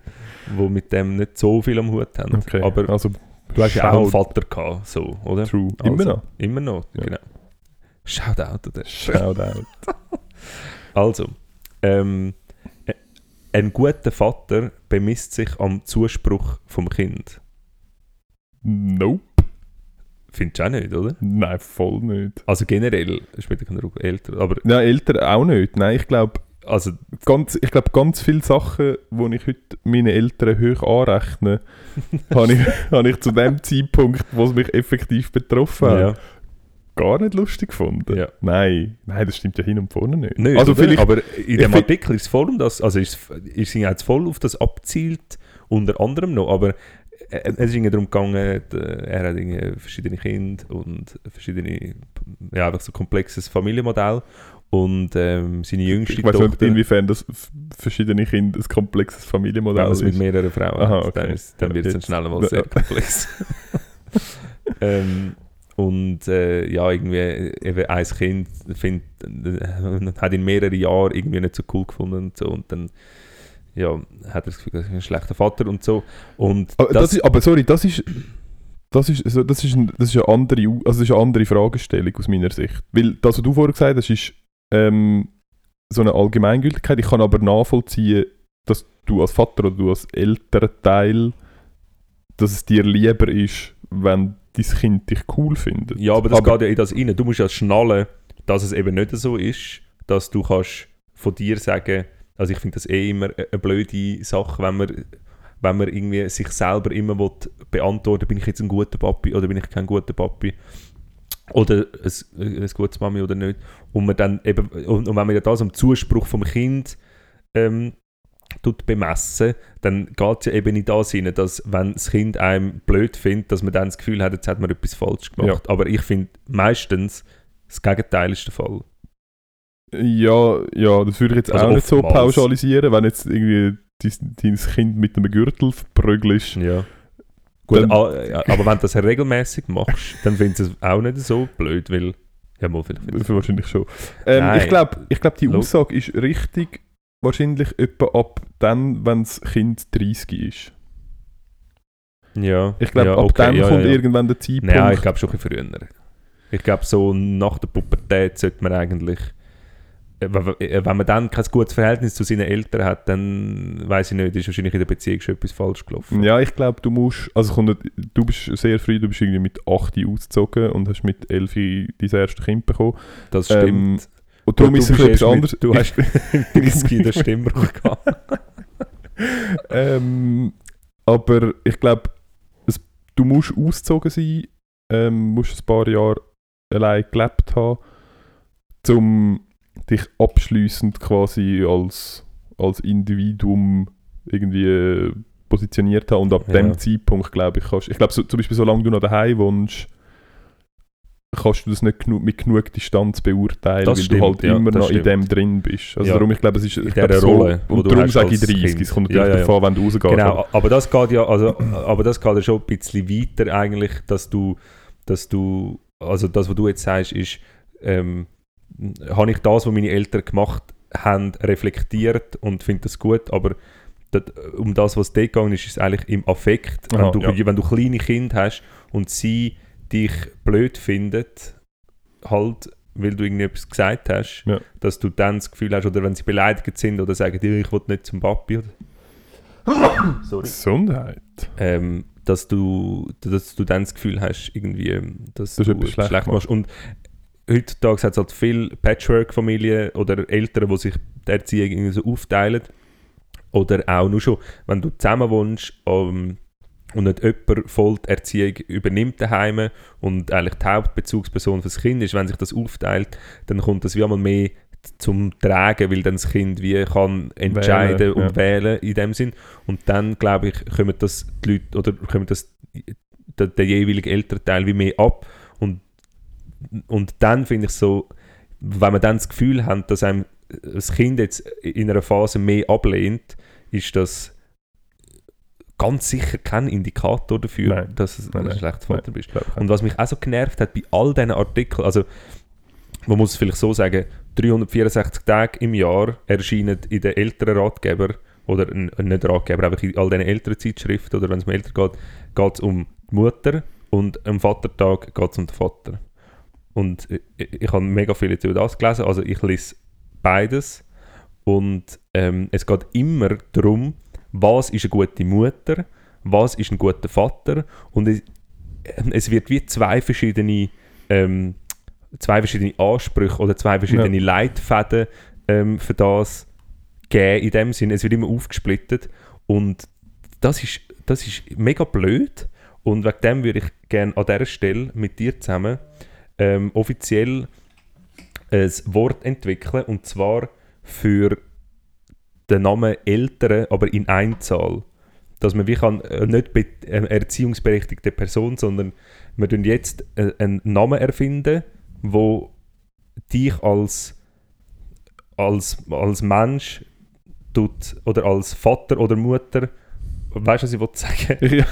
S1: wo mit dem nicht so viel am Hut haben.
S2: Okay.
S1: Aber
S2: also,
S1: du hast ja auch einen Vater gehabt, so, oder?
S2: True.
S1: Also,
S2: Immer noch.
S1: Immer noch,
S2: Ja.
S1: genau. Shoutout oder?
S2: Shout out.
S1: Also, ähm, äh, ein guter Vater bemisst sich am Zuspruch vom Kind.
S2: Nope.
S1: Findest du auch nicht, oder?
S2: Nein, voll nicht.
S1: Also generell, später kann er älter, aber
S2: Nein, Eltern auch nicht. Nein, ich glaube,
S1: also,
S2: ganz, ich glaube, ganz viele Sachen, die ich heute meinen Eltern hoch anrechne, habe ich, habe ich zu dem Zeitpunkt, wo es mich effektiv betroffen hat,
S1: ja.
S2: gar nicht lustig gefunden.
S1: Ja.
S2: Nein, nein, das stimmt ja hin und vorne nicht.
S1: Nicht,
S2: also
S1: oder?
S2: vielleicht,
S1: aber in dem
S2: find-
S1: Artikel ist es voll um das, also ist, ist sie jetzt voll auf das abzielt, unter anderem noch, aber äh, es ist irgendwie darum gegangen, d- er hat irgendwie verschiedene Kinder und verschiedene, ja einfach so komplexes Familienmodell und ähm, seine jüngste
S2: ich weiß nicht,
S1: Tochter,
S2: inwiefern das f- verschiedene Kinder ein komplexes
S1: wenn man
S2: Familienmodell
S1: es mit
S2: ist.
S1: mehreren Frauen
S2: Aha,
S1: hat,
S2: okay.
S1: dann, ist- dann
S2: Ja,
S1: wird es dann
S2: jetzt-
S1: schnell mal sehr
S2: Ja.
S1: komplex. ähm, und äh, ja, irgendwie äh, eben ein Kind find, äh, hat ihn mehrere Jahre irgendwie nicht so cool gefunden und so und dann ja, hat er das Gefühl, das ist ein schlechter Vater und so. Und
S2: Aber, das
S1: das,
S2: ist, aber sorry, das ist. Das ist, also das, ist ein, das ist eine andere, Au- also das ist eine andere Fragestellung aus meiner Sicht. Weil das, was du vorher gesagt hast, ist ähm, so eine Allgemeingültigkeit. Ich kann aber nachvollziehen, dass du als Vater oder du als älterer Teil, dass es dir lieber ist, wenn dein Kind dich cool findet.
S1: ja, aber das
S2: aber-
S1: geht ja in das rein. Du musst ja schnallen, dass es eben nicht so ist, dass du kannst von dir sagen, also ich finde das eh immer eine eine blöde e-, Sache, wenn man wenn man irgendwie sich selber immer will beantworten bin ich jetzt ein guter Papi oder bin ich kein guter Papi oder ein, ein gutes Mami oder nicht. Und, man dann eben, und, und wenn man ja das am Zuspruch vom Kind ähm, tut bemessen, dann geht es ja eben in das hinein, dass wenn das Kind einem blöd findet, dass man dann das Gefühl hat, jetzt hat man etwas falsch gemacht. Aber ich finde meistens, das Gegenteil ist der Fall.
S2: Ja, ja, das würde ich jetzt
S1: Also
S2: auch nicht so
S1: oftmals.
S2: pauschalisieren, wenn jetzt irgendwie dein, dein Kind mit einem Gürtel verprügelst.
S1: Ja. Gut,
S2: Dann-
S1: ah, ja, aber wenn du das regelmäßig machst, dann findest du es auch nicht so blöd, weil. Ja, mal vielleicht. findest du es-
S2: Wahrscheinlich schon. Ähm,
S1: Nein.
S2: ich glaube, ich glaub, die
S1: Lo-
S2: Aussage ist richtig wahrscheinlich etwa ab dann, wenn das Kind 30 ist.
S1: Ja.
S2: Ich glaube,
S1: ja,
S2: ab dann
S1: ja,
S2: kommt
S1: ja, ja.
S2: irgendwann der Zeitpunkt.
S1: Nein, ich glaube schon ein bisschen früher. Ich glaube, so nach der Pubertät sollte man eigentlich. äh, w- w- äh, Wenn man dann kein gutes Verhältnis zu seinen Eltern hat, dann weiß ich nicht, ist wahrscheinlich in der Beziehung schon etwas falsch gelaufen.
S2: Ja, ich glaube, du musst, also kommt, nicht- du bist sehr früh, du bist irgendwie mit 8 ausgezogen und hast mit 11 dein erstes Kind bekommen.
S1: Das stimmt.
S2: Ähm, und
S1: Gut,
S2: darum ist es
S1: bist erst
S2: etwas
S1: mit-
S2: anderes.
S1: Du hast mit 30 den Stimmbruch gehabt.
S2: ähm, aber ich glaube, du musst ausgezogen sein, ähm, musst ein paar Jahre allein gelebt haben, um dich abschließend quasi als, als Individuum irgendwie äh, positioniert zu haben. Und ab
S1: Ja.
S2: dem Zeitpunkt, glaube ich, kannst Ich glaube, so, zum Beispiel, solange du noch daheim wohnst, kannst du das nicht genu mit genug Distanz beurteilen,
S1: Das
S2: weil
S1: stimmt,
S2: du halt
S1: ja,
S2: immer
S1: das
S2: noch in
S1: stimmt.
S2: dem drin bist. Also
S1: Ja.
S2: darum, ich glaube, es ist ich
S1: dieser
S2: glaube, so,
S1: Rolle, wo
S2: und
S1: du
S2: darum
S1: hast
S2: sage
S1: als
S2: ich 30,
S1: Kind.
S2: es kommt
S1: Ja,
S2: natürlich
S1: ja,
S2: davon, wenn du rausgehst. aber-
S1: Genau, aber das geht ja, also, aber das geht ja schon ein bisschen weiter eigentlich, dass du, dass du, also das, was du jetzt sagst, ist, ähm, habe ich das, was meine Eltern gemacht haben, reflektiert und finde das gut, aber das, um das, was dort gegangen ist, ist eigentlich im Affekt.
S2: Aha,
S1: wenn, du,
S2: ja.
S1: wenn du kleine Kinder hast und sie dich blöd findet, halt, weil du irgendetwas gesagt hast,
S2: Ja.
S1: dass du dann das Gefühl hast, oder wenn sie beleidigt sind oder sagen, «Ja, ich will nicht zum Papi, oder Sorry.
S2: Gesundheit.
S1: ähm, dass du dass du dann das Gefühl hast irgendwie ähm, dass
S2: Du hast
S1: du
S2: etwas
S1: etwas
S2: schlecht
S1: schlecht, machst und heutzutage hat es halt viel Patchwork-Familien oder Eltern die sich die Erziehung irgendwie so aufteilen oder auch nur schon wenn du zusammen wohnst ähm, und nicht jemand voll die Erziehung übernimmt daheim und eigentlich die Hauptbezugsperson für das Kind ist, wenn sich das aufteilt, dann kommt das wie einmal mehr zum Tragen, weil dann das Kind wie kann entscheiden
S2: Wählen,
S1: und
S2: ja.
S1: wählen in dem Sinn. Und dann, glaube ich, kommen das die Leute oder kommen das der, der jeweilige Elternteil wie mehr ab. Und, und dann finde ich so, wenn man dann das Gefühl hat, dass einem das Kind jetzt in einer Phase mehr ablehnt, ist das ganz sicher kein Indikator dafür,
S2: Nein.
S1: dass es
S2: Nein,
S1: ein
S2: nein.
S1: schlechter Vater bist.
S2: Glaub ich auch.
S1: Und was mich auch so genervt hat bei all diesen Artikeln, also man muss es vielleicht so sagen, 364 Tage im Jahr erscheinen in den älteren Ratgeber oder n- nicht Ratgeber, aber in all diesen älteren Zeitschriften oder wenn es um älter geht, geht es um die Mutter und am Vatertag geht es um den Vater. Und ich, ich, ich habe mega viele über das gelesen, also ich lese beides und ähm, es geht immer darum, was ist eine gute Mutter, was ist ein guter Vater und es, ähm, es wird wie zwei verschiedene ähm, zwei verschiedene Ansprüche oder zwei verschiedene Leitfäden ähm, für das geben in dem Sinne. Es wird immer aufgesplittet und das ist, das ist mega blöd und wegen dem würde ich gerne an dieser Stelle mit dir zusammen ähm, offiziell ein Wort entwickeln und zwar für den Namen Eltern, aber in Einzahl. Dass man wie kann, äh, nicht be ähm, erziehungsberechtigte Person, sondern wir tun jetzt äh, einen Namen erfinden, wo dich als, als, als Mensch tut, oder als Vater oder Mutter, weißt du, was ich wollte sagen?
S2: Ich, ja.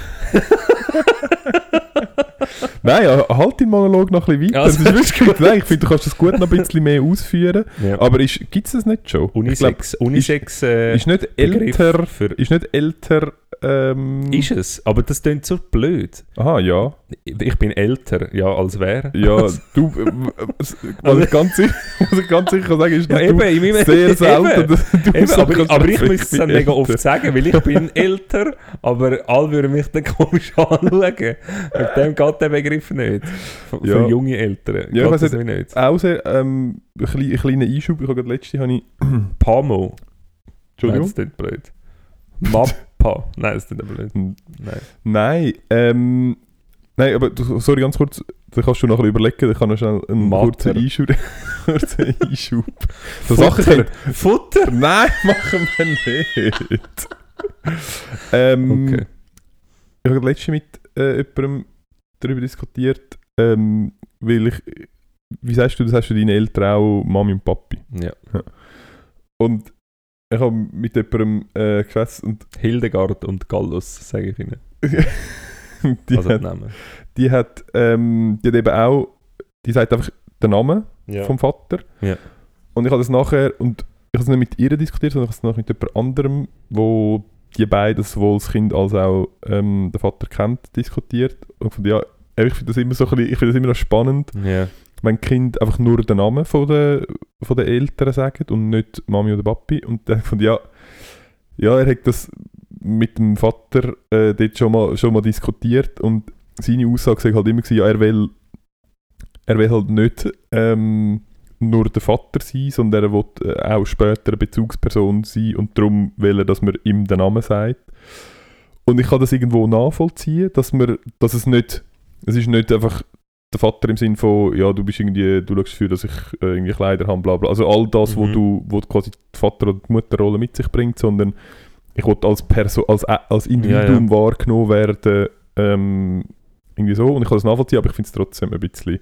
S2: Nein, ja, halt den Monolog noch ein bisschen weiter.
S1: Also-
S2: Das ist wirklich, nein, ich finde, du kannst das gut noch ein bisschen mehr ausführen. Aber gibt es das nicht schon? Ich glaub,
S1: Unisex, Unisex äh,
S2: ist nicht
S1: Begriff
S2: älter.
S1: für...
S2: Ist nicht älter. Ähm,
S1: Ist es, aber das klingt so blöd.
S2: Aha, ja.
S1: Ich bin älter, ja, als Also, wäre.
S2: Ja, du. äh, äh, Was ich ganz sicher, was ich ganz sicher kann sagen ist, dass
S1: eben, in
S2: du
S1: meinem-
S2: sehr
S1: eben,
S2: selten. dass du
S1: Eben,
S2: so
S1: aber,
S2: kannst,
S1: aber ich
S2: bin
S1: muss es dann mega
S2: älter.
S1: oft sagen, weil ich bin älter, aber alle würden mich dann komisch anschauen. Mit dem geht der Begriff nicht. Für,
S2: Ja.
S1: für junge Eltern
S2: Ja, ich
S1: geht
S2: weiss
S1: das nicht. nicht.
S2: Auch sehr. Ähm, ein klein- ein kleiner Einschub. Ich habe gerade letzte. Habe ich,
S1: Pamo,
S2: Entschuldigung.
S1: das ist nicht blöd. Mappa. Fauxpas. Nein, das tut aber nicht.
S2: Hm.
S1: Nein.
S2: Nein, ähm, nein, aber du- sorry, ganz kurz, da kannst du nachher überlegen, da kann noch schnell einen
S1: Mater.
S2: kurzen Einschub. kurzen Einschub. So Sachen können,
S1: Futter!
S2: nein, machen wir nicht. ähm,
S1: Okay.
S2: Ich habe letztens mit äh, jemandem darüber diskutiert, ähm, weil ich, wie sagst du, das hast du deine Eltern auch, Mami und Papi.
S1: Mm. Ja.
S2: Und ich habe mit jemandem äh, geschwätzt und
S1: Hildegard und Gallus, sage ich Ihnen.
S2: die
S1: also
S2: hat
S1: die Namen.
S2: die hat, ähm, die hat eben auch, die sagt einfach den Namen vom Vater.
S1: Ja.
S2: Und ich habe das nachher, und ich habe es nicht mit ihr diskutiert, sondern ich habe es nachher mit jemand anderem, wo die beiden, sowohl das Kind als auch ähm, der Vater kennt, diskutiert. Und von ja, ich finde das immer so ein bisschen, ich finde das immer noch spannend,
S1: Ja.
S2: wenn die Kinder einfach nur den Namen von der, von der Eltern sagen und nicht Mami oder Papi. Und dann fand ich, ja, ja, er hat das mit dem Vater äh, dort schon mal, schon mal diskutiert und seine Aussage war halt immer, gewesen, ja, er will, er will halt nicht ähm, nur der Vater sein, sondern er will äh, auch später eine Bezugsperson sein und darum will er, dass man ihm den Namen sagt. Und ich kann das irgendwo nachvollziehen, dass, man, dass es nicht, es ist nicht einfach der Vater im Sinn von, ja, du bist irgendwie, du schaust dafür, dass ich äh, irgendwie Kleider habe, bla bla. Also all das, wo
S1: Mhm.
S2: du, wo quasi die Vater- oder die Mutterrolle mit sich bringt, sondern ich wollte als Person, als, Ä- als Individuum wahrgenommen werden, ähm, irgendwie so. Und ich kann das nachvollziehen, aber ich finde es trotzdem ein bisschen,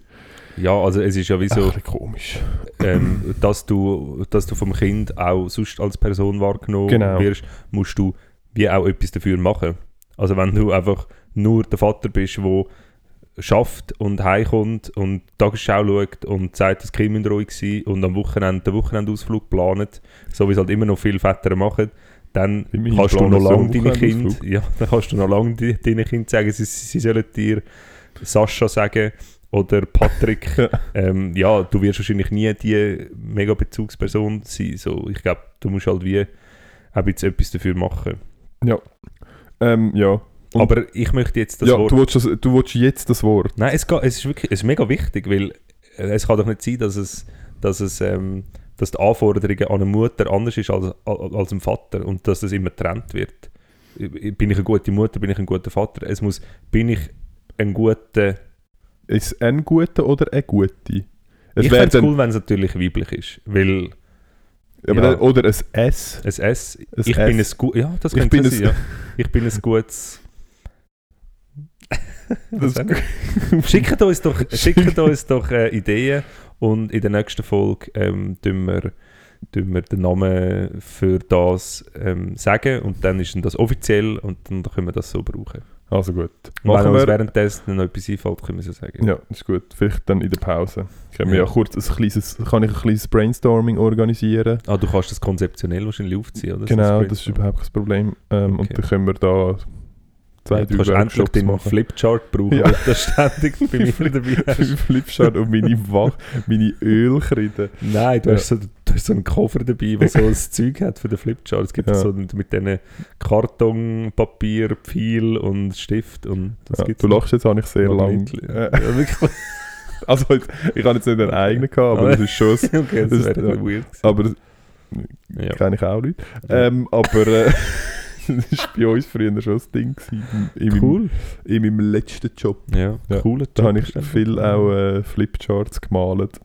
S1: ja, also es ist ja wie
S2: ein
S1: so,
S2: bisschen komisch.
S1: ähm, dass, du, dass du vom Kind auch sonst als Person wahrgenommen
S2: Genau.
S1: wirst, musst du wie auch etwas dafür machen. Also wenn du einfach nur der Vater bist, der schafft und heimkommt und Tagesschau schaut und sagt, dass die Kinder müssen ruhig sein und am Wochenende den Wochenendausflug plant, so wie es halt immer noch viele Väter machen, dann
S2: Immerhin
S1: kannst du
S2: planen
S1: noch
S2: sie
S1: lange
S2: einen
S1: deinen Kind,
S2: Wochenendausflug.
S1: ja, dann kannst du noch lange de- deinen Kind sagen, sie, sie sie sollen dir Sascha sagen oder Patrick.
S2: Ja.
S1: ähm, ja, du wirst wahrscheinlich nie die mega Bezugsperson sein. So, ich glaube, du musst halt wie auch jetzt etwas dafür machen.
S2: Ähm, ja, Und-
S1: Aber ich möchte jetzt das
S2: ja
S1: Wort.
S2: du, willst das, du willst jetzt das Wort.
S1: Nein, es, geht, es ist wirklich es ist mega wichtig, weil äh, es kann doch nicht sein, dass es, dass es ähm, dass die Anforderungen an eine Mutter anders ist als, als als am Vater und dass das immer getrennt wird. Bin ich eine gute Mutter, bin ich ein guter Vater? Es muss, bin ich ein guter...
S2: Ist ein guter oder eine gute? Es
S1: ich
S2: wäre
S1: fände es
S2: dann,
S1: cool, wenn es natürlich weiblich ist, weil
S2: aber
S1: ja.
S2: dann, oder ein S.
S1: ein S...
S2: Ein
S1: ich bin ein gut... Ja, das
S2: Ich
S1: könnte
S2: bin
S1: sein,
S2: ein-
S1: ja. Ich bin ein gutes...
S2: Das-
S1: Was Schickt uns doch, schickt uns doch äh, Ideen und in der nächsten Folge ähm, tun, wir, tun wir den Namen für das ähm, sagen und dann ist dann das offiziell und dann können wir das so brauchen.
S2: Also gut.
S1: Und wenn
S2: Machen
S1: uns
S2: wir.
S1: währenddessen noch etwas einfällt, können wir es ja sagen.
S2: Ja, ist gut. Vielleicht dann in der Pause. Können wir
S1: Ja.
S2: ja kurz ein kleines, kann ich ein kleines Brainstorming organisieren.
S1: Ah, du kannst das konzeptionell wahrscheinlich aufziehen, oder?
S2: genau, das ist überhaupt kein Problem. Ähm,
S1: Okay.
S2: Und dann können wir da zwei,
S1: ja, Du
S2: drei
S1: kannst endlich
S2: Workshops
S1: den
S2: machen.
S1: Flipchart brauchen,
S2: Ja.
S1: weil du das ständig bei mir dabei hast.
S2: Mein Flipchart und meine, Wa- meine Ölkreide.
S1: Nein, du, hast so, du hast so einen Koffer dabei, der so ein Zeug hat für den Flipchart. Es gibt
S2: Ja.
S1: so mit mit diesen Karton, Papier, Pfeil und Stift und das
S2: Ja,
S1: gibt's
S2: du lachst jetzt auch nicht sehr lang.
S1: Magnetli-
S2: Äh,
S1: Ja, wirklich.
S2: also jetzt, ich habe jetzt nicht einen eigenen gehabt, aber
S1: Aber-
S2: das ist schon... ein-
S1: Okay, das
S2: Das-
S1: wäre
S2: ja.
S1: ja. weird gewesen.
S2: Aber das
S1: Ja.
S2: kenne ich auch Leute. Ähm, aber äh, das war bei uns früher schon das Ding. Gewesen, in, meinem-
S1: cool.
S2: in meinem letzten Job.
S1: Ja,
S2: Ja.
S1: cooler
S2: Da
S1: Job,
S2: habe ich
S1: bestimmt.
S2: viel auch äh, Flipcharts gemalt.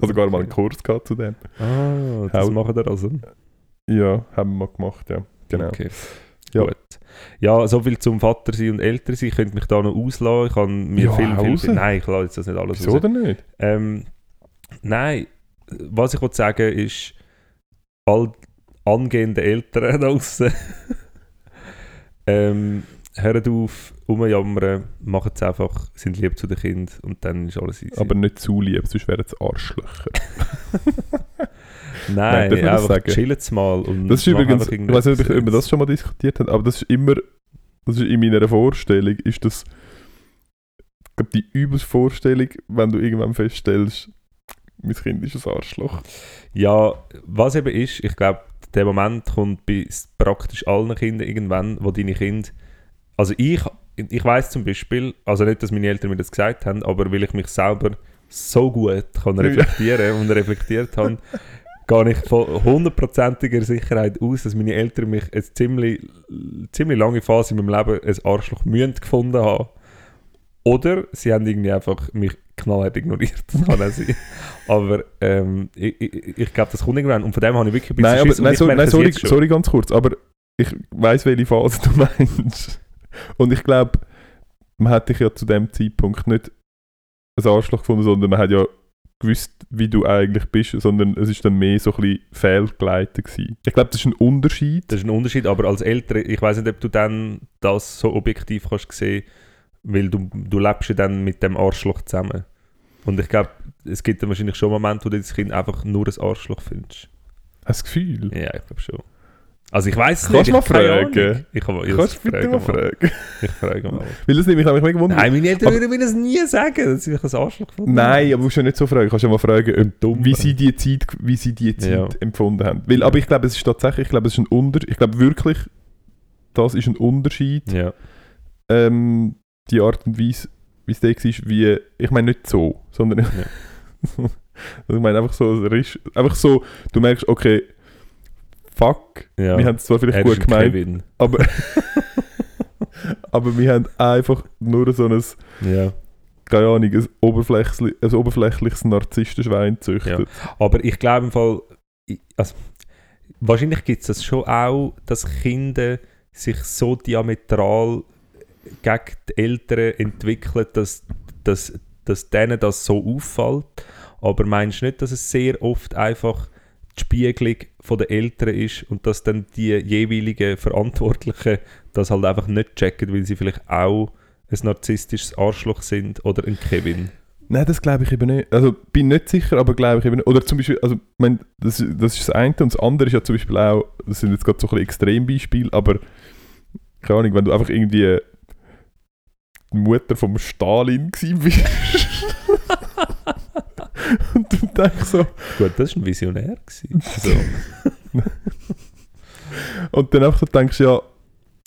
S2: Also gar mal einen Kurs gehabt zu dem.
S1: Ah, das
S2: Haut.
S1: machen wir also.
S2: Genau. Ja, haben wir gemacht, ja. Genau.
S1: Okay.
S2: Ja.
S1: Gut. Ja, so viel zum Vater sein und älter sein. Ich könnte mich da noch auslassen. Ich kann mir
S2: Ja,
S1: viel,
S2: hau
S1: viel,
S2: raus.
S1: viel... Nein, ich lasse jetzt das nicht alles
S2: Wieso
S1: raus.
S2: denn nicht?
S1: Ähm, nein, was ich wollte sagen ist, all angehende Eltern da draussen, ähm, hört auf, rumjammern, macht es einfach, sind lieb zu den Kindern und dann ist alles easy.
S2: Aber nicht zu lieb, sonst wären es Arschlöcher.
S1: nein,
S2: Nein, darf man das
S1: einfach
S2: sagen?
S1: chillt mal. Und
S2: Das ist
S1: macht
S2: übrigens,
S1: Hm, einfach irgendetwas
S2: ich weiß nicht, ob ich- ob wir das
S1: Sinnvolles.
S2: schon mal diskutiert haben, aber das ist immer, das ist in meiner Vorstellung, ist das ich glaub, die übelste Vorstellung, wenn du irgendwann feststellst, mein Kind ist ein Arschloch.
S1: Ja, was eben ist, ich glaube, der Moment kommt bei s- praktisch allen Kindern irgendwann, wo deine Kinder. Also ich, ich weiß zum Beispiel, also nicht, dass meine Eltern mir das gesagt haben, aber weil ich mich selber so gut kann reflektieren und reflektiert habe, gehe ich von hundertprozentiger Sicherheit aus, dass meine Eltern mich eine ziemlich, ziemlich lange Phase in meinem Leben ein Arschloch mühend gefunden haben. Oder sie haben irgendwie einfach mich knallhart ignoriert. Das kann auch sein. Aber ähm, ich, ich, ich glaube, das kommt irgendwann. Und von dem habe ich wirklich ein bisschen
S2: Nein, aber,
S1: Schiss. Und
S2: nein,
S1: ich
S2: so,
S1: merke
S2: nein
S1: es
S2: sorry,
S1: jetzt schon.
S2: sorry, ganz kurz, aber ich weiß, welche Phase du meinst. Und ich glaube, man hat dich ja zu dem Zeitpunkt nicht ein Arschloch gefunden, sondern man hat ja gewusst, wie du eigentlich bist, sondern es ist dann mehr so ein bisschen fehlgeleitet gewesen. Ich glaube, das ist ein Unterschied.
S1: Das ist ein Unterschied, aber als Eltern, ich weiß nicht, ob du dann das so objektiv kannst sehen, weil du, du lebst ja dann mit dem Arschloch zusammen. Und ich glaube, es gibt dann wahrscheinlich schon Momente, wo du das Kind einfach nur ein Arschloch findest.
S2: Hast du das Gefühl?
S1: Ja, ich glaube schon. Also ich weiß es
S2: Kannst
S1: nicht.
S2: du
S1: ich
S2: mal
S1: habe keine
S2: fragen?
S1: Ahnung. Ich habe ich
S2: Kannst du bitte mal fragen?
S1: Ich frage mal.
S2: Weil das nämlich nämlich mega gewundert.
S1: Nein, meine Eltern
S2: Aber-
S1: würden mir das nie sagen, dass sie mich ein Arschloch gefunden
S2: Nein, aber du musst ja nicht so fragen. Du kannst ja mal fragen, ob,
S1: Dumm.
S2: wie sie die Zeit, wie sie die Zeit
S1: Ja.
S2: empfunden haben. Weil, aber ich glaube, es ist tatsächlich, ich glaube, es ist ein Unterschied. Ich glaube wirklich, das ist ein Unterschied.
S1: haben. Ja.
S2: Ähm, die Art und Weise, wie es da war, wie, ich meine nicht so, sondern ich meine einfach so, es ist- einfach so, du merkst, okay, fuck,
S1: ja.
S2: wir haben es zwar vielleicht
S1: Er ist
S2: gut
S1: ein
S2: gemeint,
S1: Kevin.
S2: aber, aber wir haben einfach nur so ein
S1: Ja.
S2: keine Ahnung, ein, oberflächli ein oberflächliches Narzisstenschwein züchtet.
S1: Aber ich glaube im Fall, ich- also, wahrscheinlich gibt es das schon auch, dass Kinder sich so diametral gegen die Eltern entwickeln, dass, dass, dass denen das so auffällt. Aber meinst du nicht, dass es sehr oft einfach die Spiegelung von den Eltern ist und dass dann die jeweiligen Verantwortlichen das halt einfach nicht checken, weil sie vielleicht auch ein narzisstisches Arschloch sind oder ein Kevin.
S2: Nein, das glaube ich eben nicht. Also bin nicht sicher, aber glaube ich eben nicht. Oder zum Beispiel, also ich mein, das, das ist das eine und das andere ist ja zum Beispiel auch, das sind jetzt gerade so ein bisschen Extrembeispiele, aber keine Ahnung, wenn du einfach irgendwie die Mutter vom Stalin gewesen bist. und du denkst so,
S1: Gut, das war ein Visionär. gewesen. Also,
S2: und dann einfach so denkst, ja,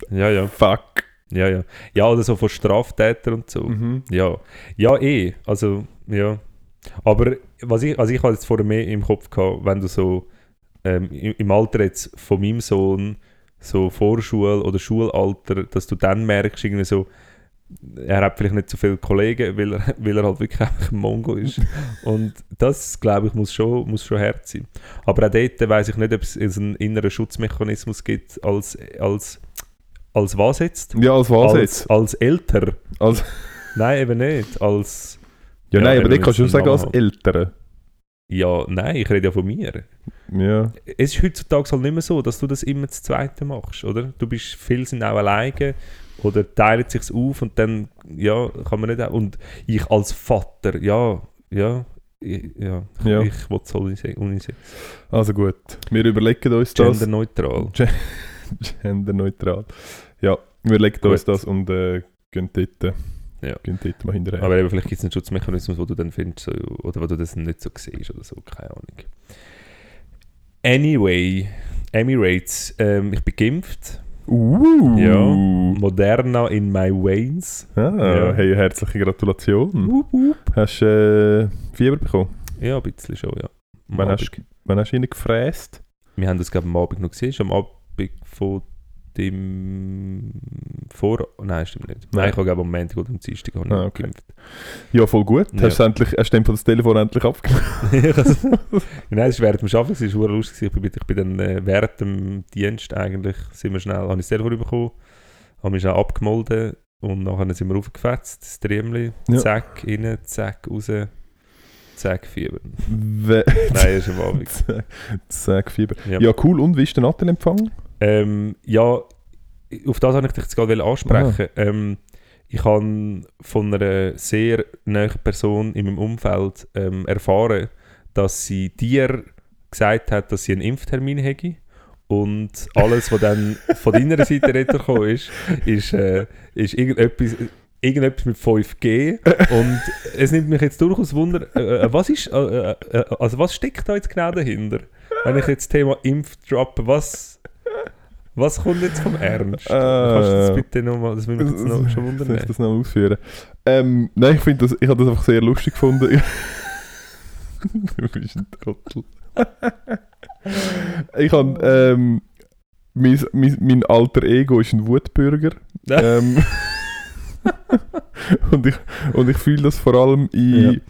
S1: ja, ja.
S2: fuck.
S1: Ja, ja. Ja, oder so von Straftätern und
S2: Mhm.
S1: so. Ja. Ja, eh. Also, ja. Aber was ich, also ich hatte jetzt vorher mehr im Kopf, gehabt, wenn du so ähm, i- im Alter jetzt von meinem Sohn, so Vorschul- oder Schulalter, dass du dann merkst, irgendwie so, er hat vielleicht nicht so viele Kollegen, weil er, weil er halt wirklich einfach ein Mongo ist. Und das, glaube ich, muss schon, muss schon hart sein. Aber auch dort weiß ich nicht, ob es einen inneren Schutzmechanismus gibt, als, als, als was jetzt?
S2: Ja, als was
S1: als,
S2: jetzt?
S1: Als älter?
S2: Als,
S1: Nein, eben nicht. Als,
S2: ja,
S1: Ja,
S2: nein,
S1: eben,
S2: aber ich kann
S1: wenn's
S2: schon
S1: einen
S2: sagen,
S1: Namen
S2: als
S1: hat.
S2: Eltern.
S1: ja, nein, ich rede ja von mir.
S2: Ja.
S1: Es ist heutzutage halt nicht mehr so, dass du das immer zu zweite machst, oder? Du bist, viele sind auch alleine oder teilen sich auf und dann, ja, kann man nicht auch. Und ich als Vater, ja, ja, ich, ja,
S2: ja.
S1: ich halt will es unisex.
S2: Also gut, wir überlegen uns das.
S1: Genderneutral.
S2: Genderneutral. Ja, wir überlegen
S1: Gut.
S2: uns das und äh, gehen dort,
S1: Ja.
S2: gehen dort mal hinterher.
S1: Aber eben, vielleicht gibt es einen Schutzmechanismus, wo du dann findest, so, oder wo du das nicht so siehst oder so, keine Ahnung. Anyway, Emirates, ähm, ich bin geimpft.
S2: uh,
S1: Ja. Moderna in my veins.
S2: Ah,
S1: Ja.
S2: Hey, herzliche Gratulation.
S1: Wup, wup.
S2: Hast du äh, Fieber bekommen?
S1: Ja, ein bisschen schon, ja. Am
S2: Wann
S1: Abend.
S2: hast, wann hast du ihn gefräst?
S1: Wir haben das, glaube ich, am Abend noch gesehen. Ist am Abend von dem Vor... Nein, stimmt nicht. Nein,
S2: Nein.
S1: ich habe, glaube am Montag oder am Dienstag habe ich
S2: Ah, okay.
S1: geimpft.
S2: Ja, voll gut.
S1: Ja.
S2: Hast du endlich, hast du dem von das Telefon endlich abgegeben?
S1: Ich has- Nein, es war während dem Arbeiten, es war verdammt lustig. Ich bin, ich bin dann äh, während dem Dienst eigentlich, sind wir schnell, habe ich das Telefon bekommen, habe mich schnell abgemolden und nachher sind wir raufgefetzt, das Triemli,
S2: Ja.
S1: zack, rein, zack, raus, zack, Fieber.
S2: We-
S1: Nein, erst am Abend.
S2: Sag Fieber.
S1: Ja.
S2: Ja, cool. Und wie ist der Nattenempfang?
S1: Ähm, ja, auf das wollte ich dich jetzt gerade ansprechen. Ähm, ich habe von einer sehr nahen Person in meinem Umfeld ähm, erfahren, dass sie dir gesagt hat, dass sie einen Impftermin hätte. Und alles, was dann von deiner Seite rausgekommen ist, ist, äh, ist irgendetwas, irgendetwas mit 5G. Und es nimmt mich jetzt durchaus Wunder, äh, äh, was ist, äh, äh, äh, also was steckt da jetzt genau dahinter? Wenn ich jetzt das Thema Impf droppe, was, was kommt jetzt vom Ernst?
S2: Äh.
S1: Kannst du das bitte nochmal, das will mich jetzt noch schon
S2: Soll ich
S1: wundern.
S2: das noch ausführen? Ähm, nein, ich finde das, ich habe das einfach sehr lustig gefunden. du bist ein Trottel. Ich habe, ähm, mein, mein, mein alter Ego ist ein Wutbürger. ähm, und ich, und ich fühle das vor allem in,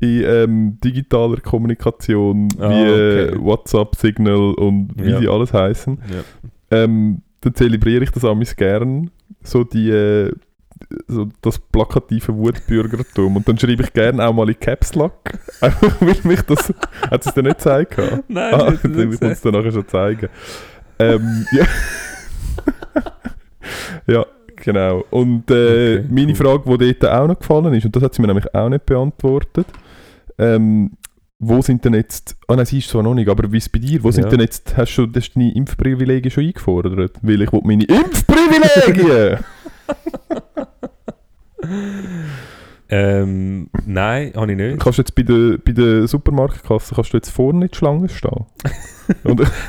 S2: in ähm, digitaler Kommunikation,
S1: Ah,
S2: wie äh,
S1: okay.
S2: WhatsApp, Signal und wie
S1: Ja.
S2: die alles heißen.
S1: Ja.
S2: Ähm, dann zelebriere ich das amis gern. So die äh, so das plakative Wutbürgertum. Und dann schreibe ich gerne auch mal in Caps Lock. Einfach weil mich das. Hat es dir nicht gezeigt? gehabt?
S1: Nein,
S2: Ah,
S1: das
S2: ich
S1: hat er nicht
S2: muss es
S1: gesagt.
S2: dir nachher schon zeigen. Ähm, ja. ja, genau. Und äh,
S1: Okay,
S2: meine
S1: cool.
S2: Frage, die dort auch noch gefallen ist, und das hat sie mir nämlich auch nicht beantwortet. Ähm, wo sind denn jetzt, ah nein, sie ist zwar noch nicht, aber wie ist es bei dir, wo
S1: Ja.
S2: sind denn jetzt, hast du hast du deine Impfprivilegien schon eingefordert? Weil ich will meine Impfprivilegien!
S1: ähm, nein, habe ich nicht.
S2: kannst du jetzt bei der, bei der Supermarktkasse, kannst du jetzt vorne in die Schlange stehen?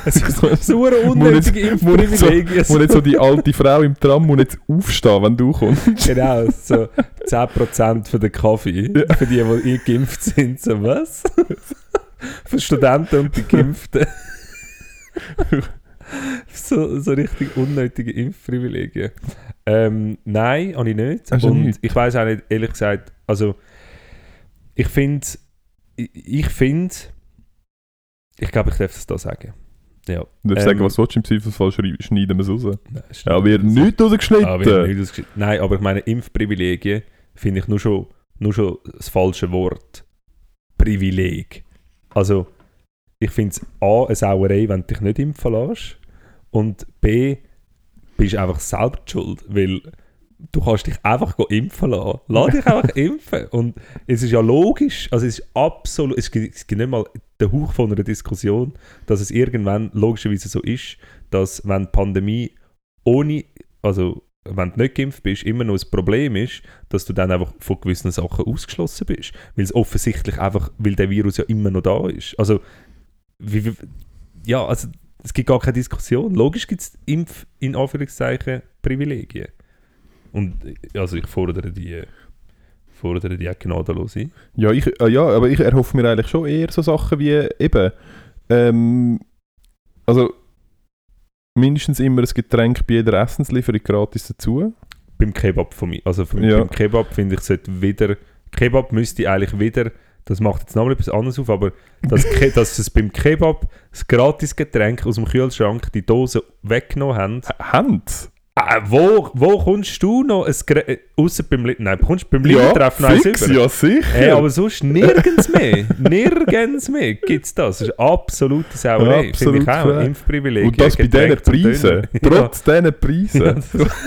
S1: Es ist so eine unnötige
S2: muss jetzt so-
S1: Impfprivilegien.
S2: Und jetzt so die alte Frau im Tram muss jetzt aufstehen, wenn du kommst.
S1: Genau, so 10% für den Kaffee. Für die, die geimpft sind, so was? für Studenten und die Geimpften. so, so richtig unnötige Impfprivilegien. Ähm, nein, habe ich nicht.
S2: Hast du
S1: und
S2: nicht?
S1: ich weiß auch nicht, ehrlich gesagt, also ich finde, ich, ich finde, ich glaube, ich darf es da sagen.
S2: Du darfst
S1: Ähm.
S2: sagen, was willst du im Zweifelsfall schrei- schneiden wir es raus.
S1: Nein, ist
S2: Ja, wir haben nichts
S1: Ah, wir haben
S2: rausgeschnitten.
S1: nicht ausgeschrieben. Nein, aber ich meine, Impfprivilegien finde ich nur schon, nur schon das falsche Wort. Privileg. Also, ich finde es A, eine Sauerei, wenn du dich nicht impfen lässt. Und B, bist du einfach selber die schuld, weil du kannst dich einfach go impfen lassen. Lass dich einfach impfen. Und es ist ja logisch, also es ist absolut, es gibt, es gibt nicht mal den Hauch von einer Diskussion, dass es irgendwann logischerweise so ist, dass wenn die Pandemie ohne, also wenn du nicht geimpft bist, immer noch ein Problem ist, dass du dann einfach von gewissen Sachen ausgeschlossen bist. Weil es offensichtlich einfach, weil der Virus ja immer noch da ist. Also, wie, wie, ja, also es gibt gar keine Diskussion. Logisch gibt es Impf, in Anführungszeichen, Privilegien. Und äh, also ich fordere die, fordere die auch gnadenlos ein.
S2: Ja, ich, ah, ja, aber ich erhoffe mir eigentlich schon eher so Sachen wie eben. Ähm, also mindestens immer ein Getränk bei jeder Essenslieferung gratis dazu.
S1: Beim Kebab von mir, also vom-
S2: Ja.
S1: beim Kebab finde ich, sollte wieder, Kebab müsste eigentlich wieder, das macht jetzt nochmal etwas anderes auf, aber dass, Ke dass es beim Kebab das gratis Getränk aus dem Kühlschrank die Dose weggenommen haben.
S2: H- Hand.
S1: Äh, wo, wo kommst du noch ein Gre- äh, außer beim Li- Nein, kommst beim Lidl-Treffen noch eins
S2: fix,
S1: über?
S2: ja sicher.
S1: Hey, aber sonst nirgends mehr. nirgends mehr gibt es das. Das ist absolute Sauerei.
S2: Ja,
S1: Finde ich
S2: absolut
S1: auch.
S2: frei.
S1: Impfprivileg.
S2: Und das bei diesen Preisen. Trotz diesen
S1: Ja,
S2: Preisen.
S1: das-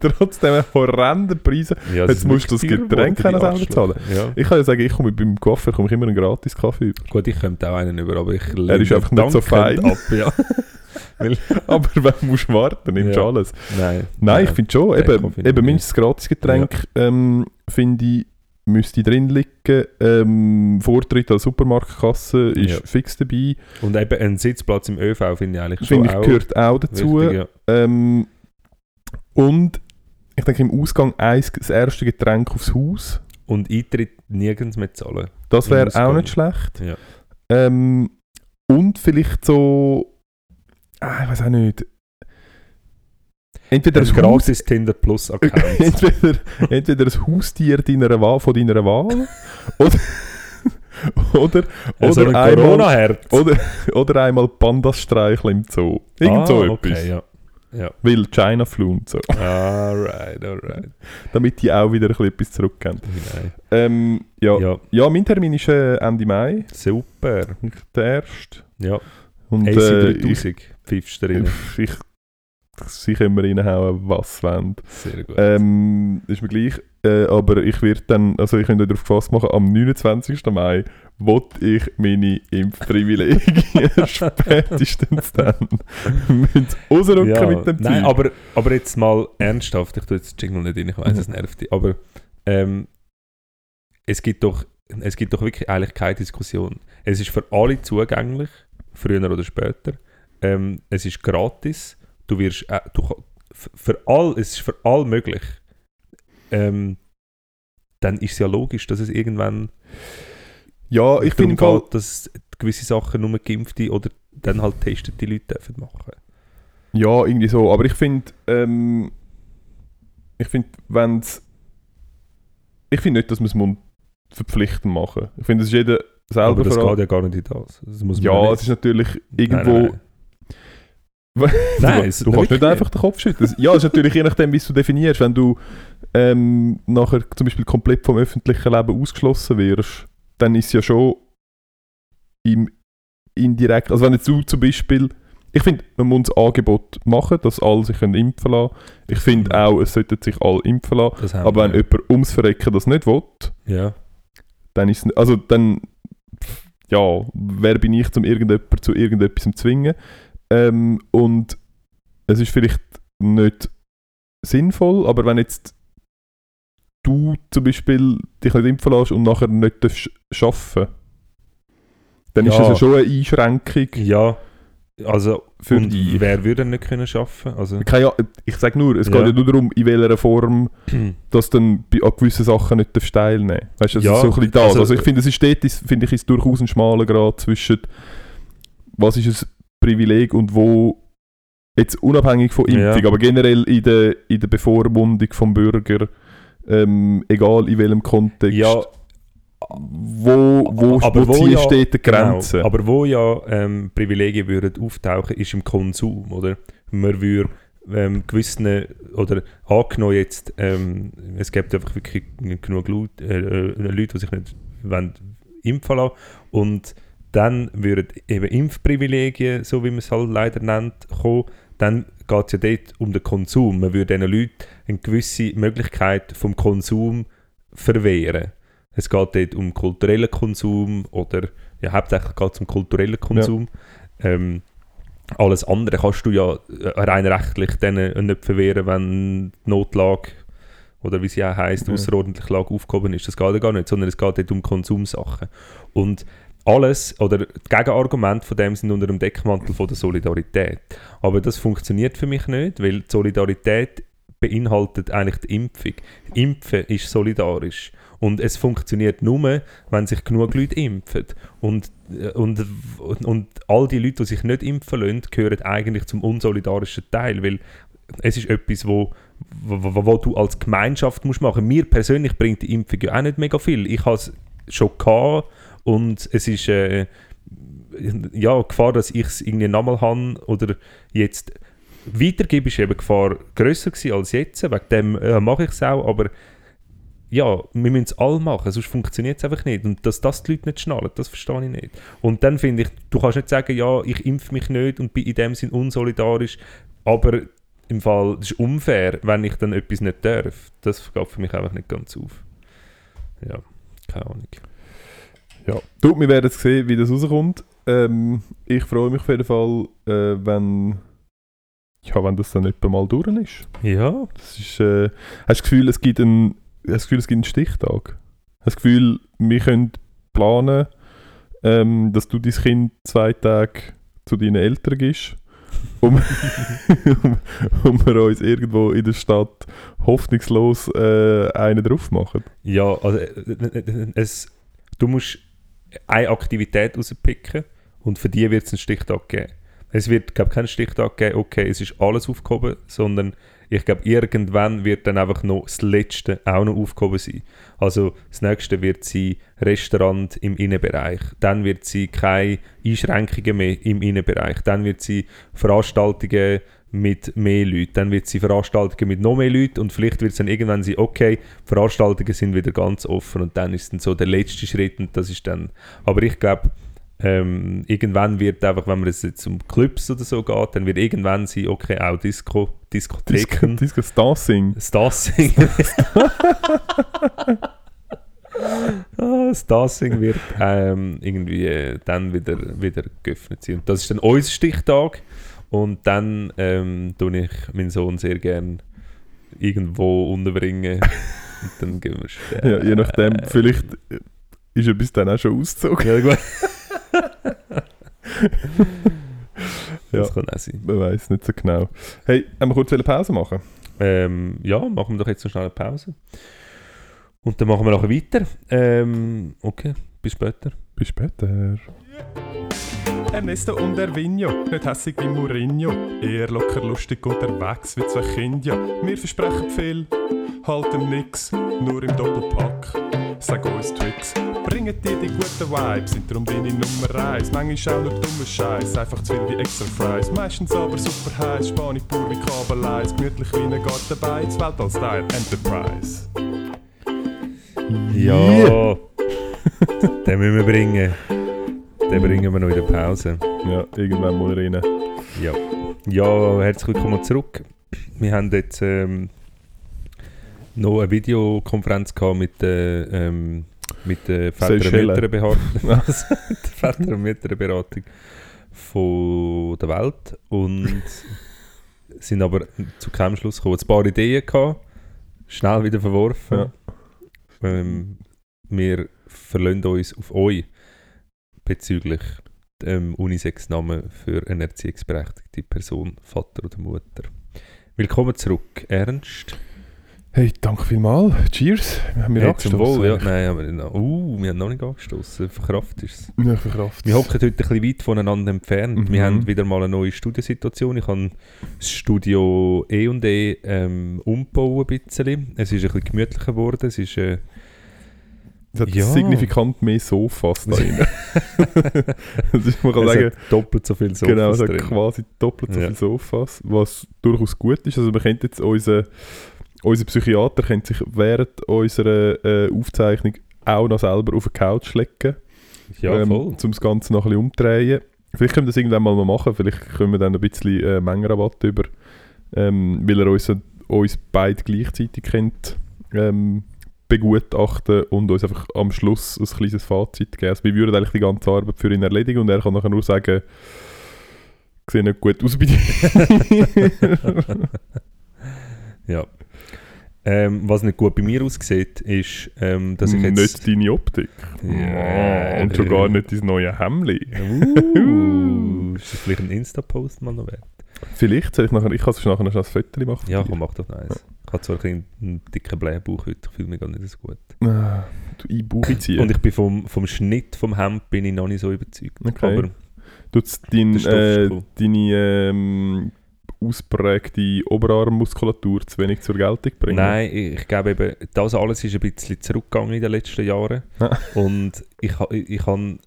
S2: Trotz diesen horrenden Preisen.
S1: ja,
S2: Jetzt musst du das Getränk auch noch selber zahlen.
S1: Ja.
S2: Ich kann ja sagen, ich komme beim Coiffeur komme ich immer einen gratis Kaffee über.
S1: Gut, ich könnte auch einen über, aber ich
S2: Er ist
S1: lehne
S2: einfach nicht so
S1: dankend
S2: fein.
S1: Ab, ja.
S2: Aber wenn musst du warten, nimmst du
S1: Ja.
S2: alles.
S1: Nein.
S2: Nein, ich finde schon,
S1: Den
S2: eben,
S1: Kaffee nicht.
S2: eben mindestens gratis Getränk ähm, finde ich, müsste drin liegen. Ähm, Vortritt an Supermarktkasse ist
S1: Ja.
S2: fix dabei.
S1: Und eben einen Sitzplatz im ÖV finde ich eigentlich schon
S2: Finde ich,
S1: auch
S2: gehört auch dazu.
S1: wichtig, ja.
S2: Ähm, und ich denke, im Ausgang eins das erste Getränk aufs Haus.
S1: Und Eintritt nirgends mehr zahlen.
S2: Das
S1: Im
S2: wäre
S1: Ausgang.
S2: auch nicht schlecht.
S1: Ja.
S2: Ähm, und vielleicht so. Ah, ich weiß auch nicht. Entweder
S1: Ein
S2: ein, Haus,
S1: gratis Tinder Plus Account.
S2: entweder, entweder ein Haustier deiner Wahl, von deiner Wahl. Oder, oder,
S1: also ein
S2: oder, einmal,
S1: Corona-Herz.
S2: oder, oder einmal Pandas streicheln im Zoo. Irgend so
S1: ah,
S2: etwas.
S1: Okay, ja.
S2: Weil China Flu und so.
S1: Alright, alright.
S2: Damit die auch wieder ein bisschen etwas zurückgeben.
S1: Nein.
S2: Ähm, ja.
S1: Ja.
S2: ja. mein Termin ist äh, Ende Mai.
S1: super.
S2: Der erste.
S1: Ja.
S2: Und,
S1: AC
S2: äh,
S1: 3000 pfiffst du rein.
S2: Pff, Ich, sie können mir reinhauen, was sie wollen.
S1: Sehr gut.
S2: Ähm, ist mir gleich. Äh, aber ich werde dann, also ich könnte euch darauf gefasst machen, am 29. Mai will ich meine Impfprivilegien spätestens dann mit rausrücken
S1: ja,
S2: mit dem Team.
S1: nein, aber, aber jetzt mal ernsthaft, ich tue jetzt den Jingle nicht rein, ich weiß,
S2: Mhm.
S1: es nervt dich, aber ähm, es, gibt doch, es gibt doch wirklich eigentlich keine Diskussion. Es ist für alle zugänglich, früher oder später. Ähm, es ist gratis, du wirst, äh, du, ka- f- für all, es ist für all möglich. Ähm, dann ist es ja logisch, dass es irgendwann
S2: Ja, ich
S1: Darum
S2: finde im Fall...
S1: geht, dass gewisse Sachen nur geimpfte oder dann halt testete Leute dürfen machen.
S2: Ja, irgendwie so. Aber ich finde, ähm, ich finde, wenn Ich finde nicht, dass man es mund verpflichtend machen. Ich finde, es ist jeder selber
S1: Aber das
S2: verantwortlich.
S1: geht ja gar nicht in das. das muss man
S2: Ja,
S1: nicht-
S2: es ist natürlich
S1: Nein,
S2: irgendwo.
S1: Nein,
S2: Wa-
S1: nein. nein
S2: du
S1: es-
S2: du kannst
S1: wirklich
S2: nicht einfach den Kopf schütteln. Ja, es ist natürlich je nachdem, wie du definierst. Wenn du ähm, nachher zum Beispiel komplett vom öffentlichen Leben ausgeschlossen wirst, dann ist es ja schon im indirekt. Also wenn jetzt du zum Beispiel. Ich finde, man muss ein Angebot machen, dass alle sich können impfen lassen Ich finde auch, es sollten sich alle impfen lassen.
S1: Das haben
S2: Aber wenn
S1: wir.
S2: jemand ums Verrecken das nicht will,
S1: Ja,
S2: dann ist es, also dann, pff, ja, wer bin ich, zum irgendjemand zu irgendetwas zu zwingen? Ähm, und es ist vielleicht nicht sinnvoll, aber wenn jetzt du zum Beispiel dich nicht impfen lässt und nachher nicht darfst arbeiten dann ist
S1: Ja.
S2: das ja schon eine Einschränkung
S1: ja. Also,
S2: für
S1: und
S2: dich.
S1: wer würde denn nicht können arbeiten? Also,
S2: Keine, Ah- ich sage nur, es
S1: Ja.
S2: geht ja nur darum, in welcher Form dass du dann bei an gewissen Sachen nicht darfst teilnehmen darfst. Weißt du, das
S1: Ja,
S2: ist so ein bisschen das. Also,
S1: also-
S2: ich finde, es ist dort, ist- finde ich, ist durchaus ein schmaler Grad zwischen was ist ein Privileg und wo jetzt unabhängig von
S1: Ja.
S2: Impfung, aber generell in der, in der Bevormundung vom Bürger, ähm, egal in welchem Kontext,
S1: ja,
S2: wo, wo,
S1: Aber wo
S2: wo, ziehen
S1: ja-
S2: steht die Grenze?
S1: Genau. Aber wo ja ähm, Privilegien würden auftauchen, ist im Konsum, oder? Man würde ähm, gewissen, oder angenommen jetzt, ähm, es gibt einfach wirklich nicht genug Leute, äh, äh, Leute die sich nicht wollen, impfen lassen und dann würden eben Impfprivilegien, so wie man es halt leider nennt, kommen. Dann geht es ja dort um den Konsum. Man würde diesen Leuten eine gewisse Möglichkeit vom Konsum verwehren. Es geht dort um kulturellen Konsum oder ja, hauptsächlich geht es um kulturellen Konsum. Ähm, alles andere kannst du ja äh, rein rechtlich denen nicht verwehren, wenn die Notlage oder wie sie auch heisst,
S2: Ja.
S1: außerordentliche Lage aufgehoben ist. Das geht ja gar nicht, sondern es geht dort um Konsumsachen. Und alles oder die Gegenargumente von dem sind unter dem Deckmantel von der Solidarität. Aber das funktioniert für mich nicht, weil die Solidarität beinhaltet eigentlich die Impfung. Impfen ist solidarisch. Und es funktioniert nur, wenn sich genug Leute impfen. Und, äh, und, und, und all die Leute, die sich nicht impfen lassen, gehören eigentlich zum unsolidarischen Teil, weil es ist etwas, wo, wo, wo, wo du als Gemeinschaft musst machen. Mir persönlich bringt die Impfung ja auch nicht mega viel. Ich habe es schon gehabt und es ist äh, ja Gefahr, dass ich es irgendwie nochmal habe oder jetzt weitergebe, ist eben die Gefahr grösser gewesen als jetzt. Wegen dem äh, mache ich es auch, aber ja, wir müssen es alle machen, sonst funktioniert es einfach nicht. Und dass das die Leute nicht schnallen, das verstehe ich nicht. Und dann finde ich, du kannst nicht sagen, ja, ich impfe mich nicht und bin in dem Sinn unsolidarisch, aber im Fall, das ist unfair, wenn ich dann etwas nicht darf. Das geht für mich einfach nicht ganz auf. Ja, keine Ahnung.
S2: Ja. Du, wir werden sehen, wie das rauskommt. Ähm, ich freue mich auf jeden Fall, äh, wenn, ja, wenn das dann etwa mal durch ist.
S1: Ja,
S2: Das ist, äh, hast du das Gefühl, es gibt einen, hast du das Gefühl, es gibt einen Stichtag? Hast du das Gefühl, wir können planen, ähm, dass du dein Kind zwei Tage zu deinen Eltern gibst, um, um, um wir uns irgendwo in der Stadt hoffnungslos äh, einen drauf machen?
S1: ja also, äh, äh, äh, es, du musst eine Aktivität rauspicken und für die wird es einen Stichtag geben. Es wird, glaube keinen Stichtag geben, okay, es ist alles aufgehoben, sondern ich glaube, irgendwann wird dann einfach noch das Letzte auch noch aufgehoben sein. Also das Nächste wird sein Restaurant im Innenbereich. Dann wird sie keine Einschränkungen mehr im Innenbereich. Dann wird sie Veranstaltungen mit mehr Leuten. Dann wird sie Veranstaltungen mit noch mehr Leuten und vielleicht wird es dann irgendwann sein, okay, Veranstaltungen sind wieder ganz offen und dann ist dann so der letzte Schritt und das ist dann... Aber ich glaube, ähm, irgendwann wird einfach, wenn man es jetzt um Clubs oder so geht, dann wird irgendwann sein, okay, auch Disco,
S2: Disco,
S1: Diskotheken,
S2: Disco Dancing.
S1: Stassing. ah, Stassing wird ähm, irgendwie äh, dann wieder, wieder geöffnet sein. Und das ist dann unser Stichtag. Und dann ähm, tue ich meinen Sohn sehr gern irgendwo unterbringen. Und dann gehen wir sterben.
S2: Ja, je nachdem, vielleicht ist er bis dann auch schon ausgezogen.
S1: äh, Ja, gut. das
S2: Ja.
S1: kann auch sein.
S2: Man weiß nicht so genau. Hey, haben wir kurz eine Pause machen?
S1: Ähm, ja, machen wir doch jetzt noch schnell eine Pause. Und dann machen wir nachher weiter. Ähm, okay, Bis später.
S2: Bis später. Ernesto und Ervinio, nicht hässig wie Mourinho. Eher locker lustig unterwegs wie zwei Kinder. Wir versprechen viel, halten nix, nur im Doppelpack. Sag uns Tricks, bringen dir die guten Vibes, sind drum deine Nummer 1. Manchmal auch nur dummer Scheiß, einfach zu viel wie extra Fries. Meistens aber super heiß, Spanisch pur wie Kabeleis, gemütlich wie ein Gartenbeiz, Weltall-Style Enterprise.
S1: Ja. den müssen wir bringen. Den bringen wir noch in der Pause.
S2: Ja, irgendwann mal rein.
S1: Ja. Ja, herzlich willkommen zurück. Wir haben jetzt ähm, noch eine Videokonferenz gehabt mit den ähm, mit der Väter- und
S2: Seychellen.
S1: Mütterberatung. Väter- und Mütterberatung von der Welt. Und sind aber zu keinem Schluss gekommen. Ein paar Ideen gehabt, schnell wieder verworfen.
S2: Ja.
S1: Ähm, wir verlassen uns auf euch bezüglich dem ähm, Unisex-Namen für eine erziehungsberechtigte Person, Vater oder Mutter. Willkommen zurück, Ernst.
S2: Hey, danke vielmals. Cheers. Wir haben
S1: Hey, zum Wohl, ja. Nein, haben wir noch. Uh, wir haben noch nicht angestoßen. Verkraft ist
S2: Ja, verkraft.
S1: Wir hocken heute ein bisschen weit voneinander entfernt.
S2: Mhm.
S1: Wir haben wieder mal eine neue Studiosituation. Ich habe das Studio E und E ähm, umgebaut ein bisschen. Es ist ein bisschen gemütlicher geworden. Es ist, äh,
S2: Es hat
S1: Ja.
S2: signifikant mehr Sofas da drin. das ist, man kann
S1: es
S2: sagen,
S1: hat doppelt so viel Sofas
S2: genau, es hat
S1: drin.
S2: quasi doppelt so
S1: Ja.
S2: viele Sofas, was dus durchaus gut ist. Also man könnte jetzt unseren unser Psychiater könnte sich während unserer äh, Aufzeichnung auch noch selber auf eine Couch legen,
S1: Ja, voll.
S2: um das Ganze noch ein bisschen umdrehen. Vielleicht können wir das irgendwann mal noch machen, vielleicht können wir dann ein bisschen äh, Mengenrabatt über, ähm, weil er uns, uns beide gleichzeitig kennt, ähm, begutachten und uns einfach am Schluss ein kleines Fazit geben. Also wir würden eigentlich die ganze Arbeit für ihn erledigen und er kann nachher nur sagen, sieht nicht gut aus bei dir.
S1: Ja. Ähm, was nicht gut bei mir aussieht, ist, ähm, dass ich jetzt...
S2: Nicht deine Optik.
S1: Ja,
S2: und schon gar nicht dein neues Hemd.
S1: Uh, ist das vielleicht ein Insta-Post mal noch wert?
S2: Vielleicht soll ich nachher, ich kann es nachher noch schnell ein Foto machen.
S1: Ja,
S2: von
S1: komm, mach doch noch eins. Ich habe zwar ein bisschen einen dicken Blähbauch heute, ich fühle mich gar nicht so gut.
S2: dir. Ah, Du Einbuche ziehen.
S1: Und ich bin vom, vom Schnitt vom Hemd bin ich noch nicht so überzeugt.
S2: Okay.
S1: Aber
S2: Du dein,
S1: Der Stoff ist
S2: äh,
S1: cool.
S2: deine ähm, ausprägte Oberarmmuskulatur zu wenig zur Geltung bringen.
S1: nein, ich, ich glaube eben, das alles ist ein bisschen zurückgegangen in den letzten Jahren.
S2: Ah.
S1: Und ich, ha- ich, ich habe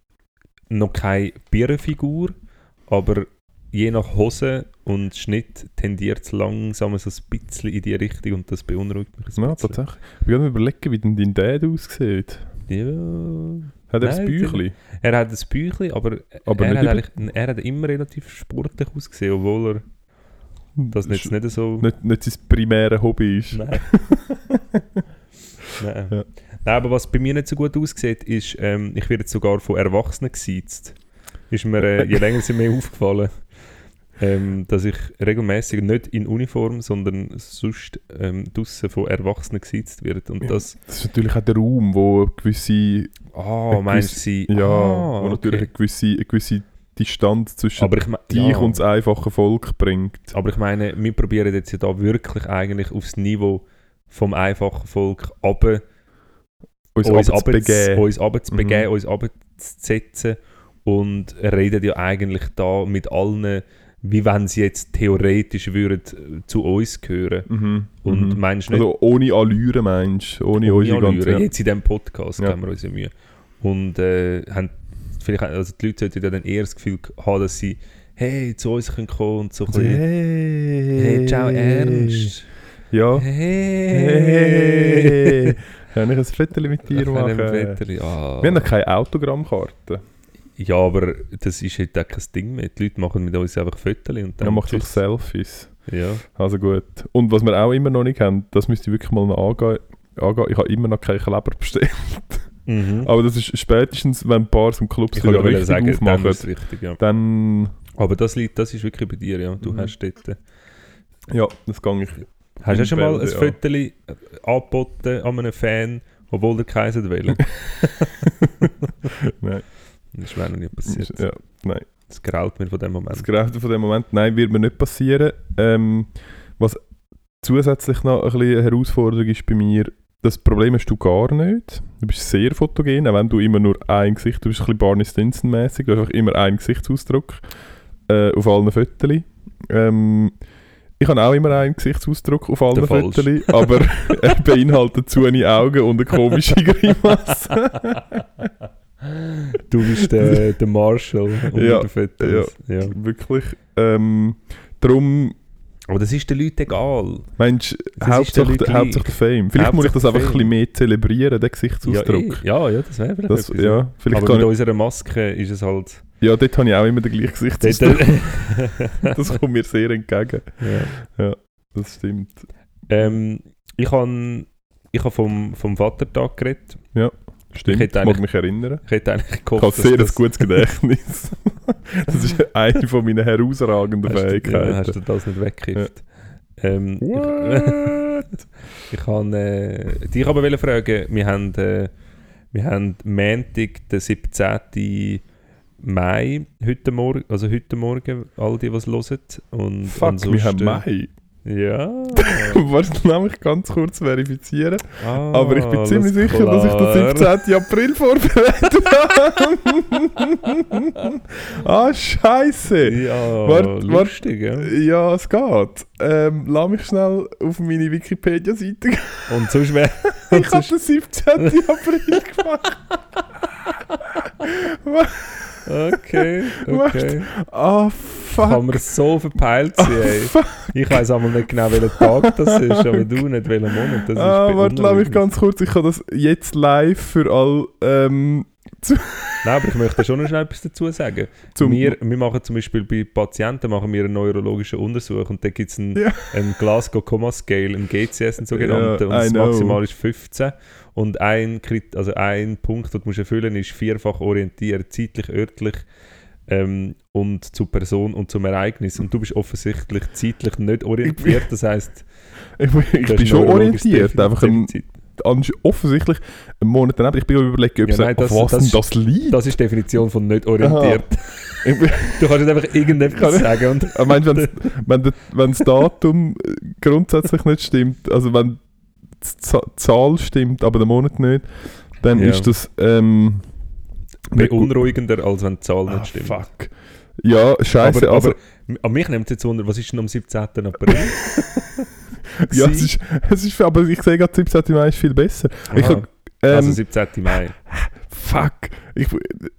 S1: noch keine Bierenfigur, aber je nach Hose und Schnitt tendiert es langsam so ein bisschen in die Richtung und das beunruhigt mich ein
S2: Ja,
S1: bisschen.
S2: tatsächlich. Ich bin gerade am überlegen, wie denn dein Dad aussieht.
S1: Ja.
S2: Hat er
S1: Nein,
S2: ein Büchli?
S1: Er hat ein Büchlein, aber,
S2: Aber
S1: er,
S2: nicht
S1: hat
S2: über-
S1: eigentlich, er hat immer relativ sportlich ausgesehen, obwohl er das jetzt
S2: Ist
S1: nicht so...
S2: nicht, nicht sein primäres Hobby ist.
S1: Nein. Nein.
S2: Ja.
S1: Nein, aber was bei mir nicht so gut aussieht, ist, ähm, ich werde jetzt sogar von Erwachsenen gesiezt. Ist mir, äh, je länger sind mir aufgefallen, ähm, dass ich regelmäßig nicht in Uniform, sondern sonst ähm, draussen von Erwachsenen gesiezt werde. Und
S2: Ja.
S1: das...
S2: Das ist natürlich auch der Raum, wo eine gewisse,
S1: Ah,
S2: Ein
S1: meinst du sie?
S2: ja,
S1: ah,
S2: wo natürlich
S1: okay.
S2: eine gewisse, eine gewisse Distanz zwischen
S1: Aber ich meine...
S2: dich und das einfache Volk bringt.
S1: Aber ich meine, wir probieren jetzt ja da wirklich eigentlich aufs Niveau vom einfachen Volk runter,
S2: Uns,
S1: uns runterzu-
S2: abzubegeben. Mhm.
S1: uns runterzubegeben, uns runterzusetzen und reden ja eigentlich da mit allen, wie wenn sie jetzt theoretisch würden äh, zu uns gehören.
S2: Mhm.
S1: Und
S2: mhm.
S1: meinst du nicht,
S2: Also ohne Allüre meinst
S1: ohne
S2: ohne, unsere ganze...
S1: Allüre, jetzt in diesem Podcast
S2: Ja.
S1: geben wir uns ja Mühe. Und äh, haben vielleicht, also die Leute sollten ja dann eher das Gefühl haben, dass sie «Hey, zu uns können kommen» und so ein bisschen
S2: Also, Hey.
S1: «Hey, ciao Ernst!»
S2: Ja.
S1: Hey!
S2: Hey. Kann ich ein Foto mit dir
S1: Auf einem
S2: machen?
S1: Wetterli, ah.
S2: Wir haben noch keine Autogrammkarte.
S1: Ja, aber das ist halt auch kein Ding mehr. Die Leute machen mit uns einfach Fotos und dann.
S2: Dann macht doch
S1: tschüss.
S2: Selfies.
S1: Ja.
S2: Also gut. Und was wir auch immer noch nicht haben, das müsste ich wirklich mal noch angehen. angehen. Ich habe immer noch keinen Kleber bestellt.
S1: Mhm.
S2: Aber das ist spätestens, wenn Bars und Clubs
S1: ich wollte
S2: wieder
S1: gerade
S2: richtig
S1: sagen, dann
S2: aufmachen,
S1: ist richtig, ja.
S2: dann...
S1: Aber das, liegt, das ist wirklich bei dir, ja. Du
S2: Mhm.
S1: hast dort. äh,
S2: Ja, das gehe ich.
S1: Hast du
S2: Im
S1: schon mal ein
S2: Feld, ja.
S1: Foto äh, angeboten an einem Fan, obwohl der Kaiser will?
S2: Nein.
S1: Das wäre noch nie passiert.
S2: Ja, nein.
S1: Das graut mir von dem
S2: Das
S1: Moment.
S2: Gerät Also genau, von dem Moment, nein, wird mir nicht passieren. Ähm, was zusätzlich noch ein bisschen eine Herausforderung ist bei mir, das Problem hast du gar nicht. Du bist sehr fotogen, auch wenn du immer nur ein Gesicht, du bist ein bisschen Barney Stinson-mäßig, du hast einfach immer einen Gesichtsausdruck äh, auf allen Fotos. Ähm, ich habe auch immer einen Gesichtsausdruck auf allen
S1: Der
S2: Fotos, aber er beinhaltet zu eine Augen und eine komische Grimasse.
S1: Du bist der, der Marshall unter
S2: Ja,
S1: den Fotos. Ja.
S2: Wirklich. Ähm, darum,
S1: Aber das ist den Leuten egal.
S2: meinst du,
S1: Das ist den
S2: Hauptsache,
S1: Leuten gleich.
S2: Hauptsache der Fame. Vielleicht muss ich das
S1: Hauptsache
S2: einfach ein
S1: Fame.
S2: bisschen mehr zelebrieren, den
S1: Ja, eh.
S2: Gesichtsausdruck.
S1: ja, ja, das wäre vielleicht
S2: das,
S1: etwas.
S2: ja, vielleicht
S1: Aber
S2: kann
S1: mit
S2: ich,
S1: unserer Maske ist es halt...
S2: ja, dort habe ich auch immer den gleichen
S1: Dort-
S2: Gesichtsausdruck. Das kommt mir sehr entgegen.
S1: ja.
S2: Das stimmt.
S1: ähm, ich habe ich hab vom, vom Vatertag geredet.
S2: Stimmt, ich
S1: hätte
S2: mag
S1: eigentlich-
S2: mich erinnern.
S1: Ich hätte eigentlich
S2: Ich
S1: gehofft,
S2: habe sehr ein
S1: das-
S2: gutes Gedächtnis. das ist eine von meiner
S1: Hast
S2: herausragenden
S1: du- ja, Hast
S2: Fähigkeiten.
S1: du das nicht weggekifft? Ähm,
S2: What?
S1: ich ich kann äh, dich aber wollte fragen, wir haben, äh, wir haben Montag, den 17. Mai, heute Morgen, also heute Morgen, all die, die es hören. Und
S2: Fuck, wir haben
S1: ansonsten-
S2: Mai.
S1: Ja.
S2: Warte, lass mich ganz kurz verifizieren.
S1: Ah,
S2: Aber ich bin ziemlich
S1: alles
S2: sicher, dass ich
S1: klar.
S2: den 17. April vorbereitet habe. ah, Scheiße!
S1: Ja,
S2: Wart-
S1: lustig, ja.
S2: Ja, es geht. Ähm, lass mich schnell auf meine Wikipedia-Seite gehen.
S1: Und sonst wäre...
S2: Ich habe den 17. April gemacht.
S1: Okay, okay.
S2: Ah, fuck.
S1: Kann man so verpeilt
S2: Ah,
S1: sein, ey.
S2: fuck.
S1: Ich weiß einmal nicht genau, welcher Tag das ist, aber du nicht welchen Monat. Das ist
S2: Ah, warte, lass
S1: beunruhigend.
S2: mich ganz kurz. Ich kann das jetzt live für all ähm,
S1: Nein, aber ich möchte schon noch schnell etwas dazu sagen.
S2: zum
S1: wir, wir machen zum Beispiel bei Patienten machen wir einen neurologischen Untersuch und da gibt es einen,
S2: Ja.
S1: einen Glasgow Coma Scale, einen GCS, einen sogenannten,
S2: Ja,
S1: und das
S2: I know.
S1: maximal ist 15. Und ein, Krit- also ein Punkt, den du musst erfüllen musst, ist vierfach orientiert, zeitlich, örtlich ähm, und zur Person und zum Ereignis. Und du bist offensichtlich zeitlich nicht orientiert, das heisst,
S2: Ich, bin- ich
S1: du hast
S2: bin schon
S1: neurologisches
S2: orientiert,
S1: Defizit-
S2: einfach ein,
S1: Defizit.
S2: ansch- offensichtlich einen Monat daneben. Ich bin am überlegen, ob
S1: Ja,
S2: es
S1: nein,
S2: auf
S1: das-
S2: was
S1: das
S2: denn
S1: ist-
S2: das liegt.
S1: Das ist die Definition von nicht orientiert.
S2: Ich bin-
S1: Du kannst nicht einfach irgendetwas sagen und
S2: Ich meine, wenn's- wenn der- wenn das Datum äh, grundsätzlich nicht stimmt, also wenn die Z- Zahl stimmt, aber der Monat nicht, dann
S1: Ja.
S2: ist das ähm, nicht gut.
S1: beunruhigender, als wenn die Zahl
S2: Ah,
S1: nicht stimmt.
S2: fuck. Ja, scheiße.
S1: aber,
S2: also,
S1: aber, aber mich nimmt es jetzt wunder, was ist denn am 17. April?
S2: ja, es ist, es ist, aber ich sehe gerade 17. Mai ist viel besser. Ich
S1: Aha,
S2: hab, ähm,
S1: also 17. Mai.
S2: Fuck. Ich,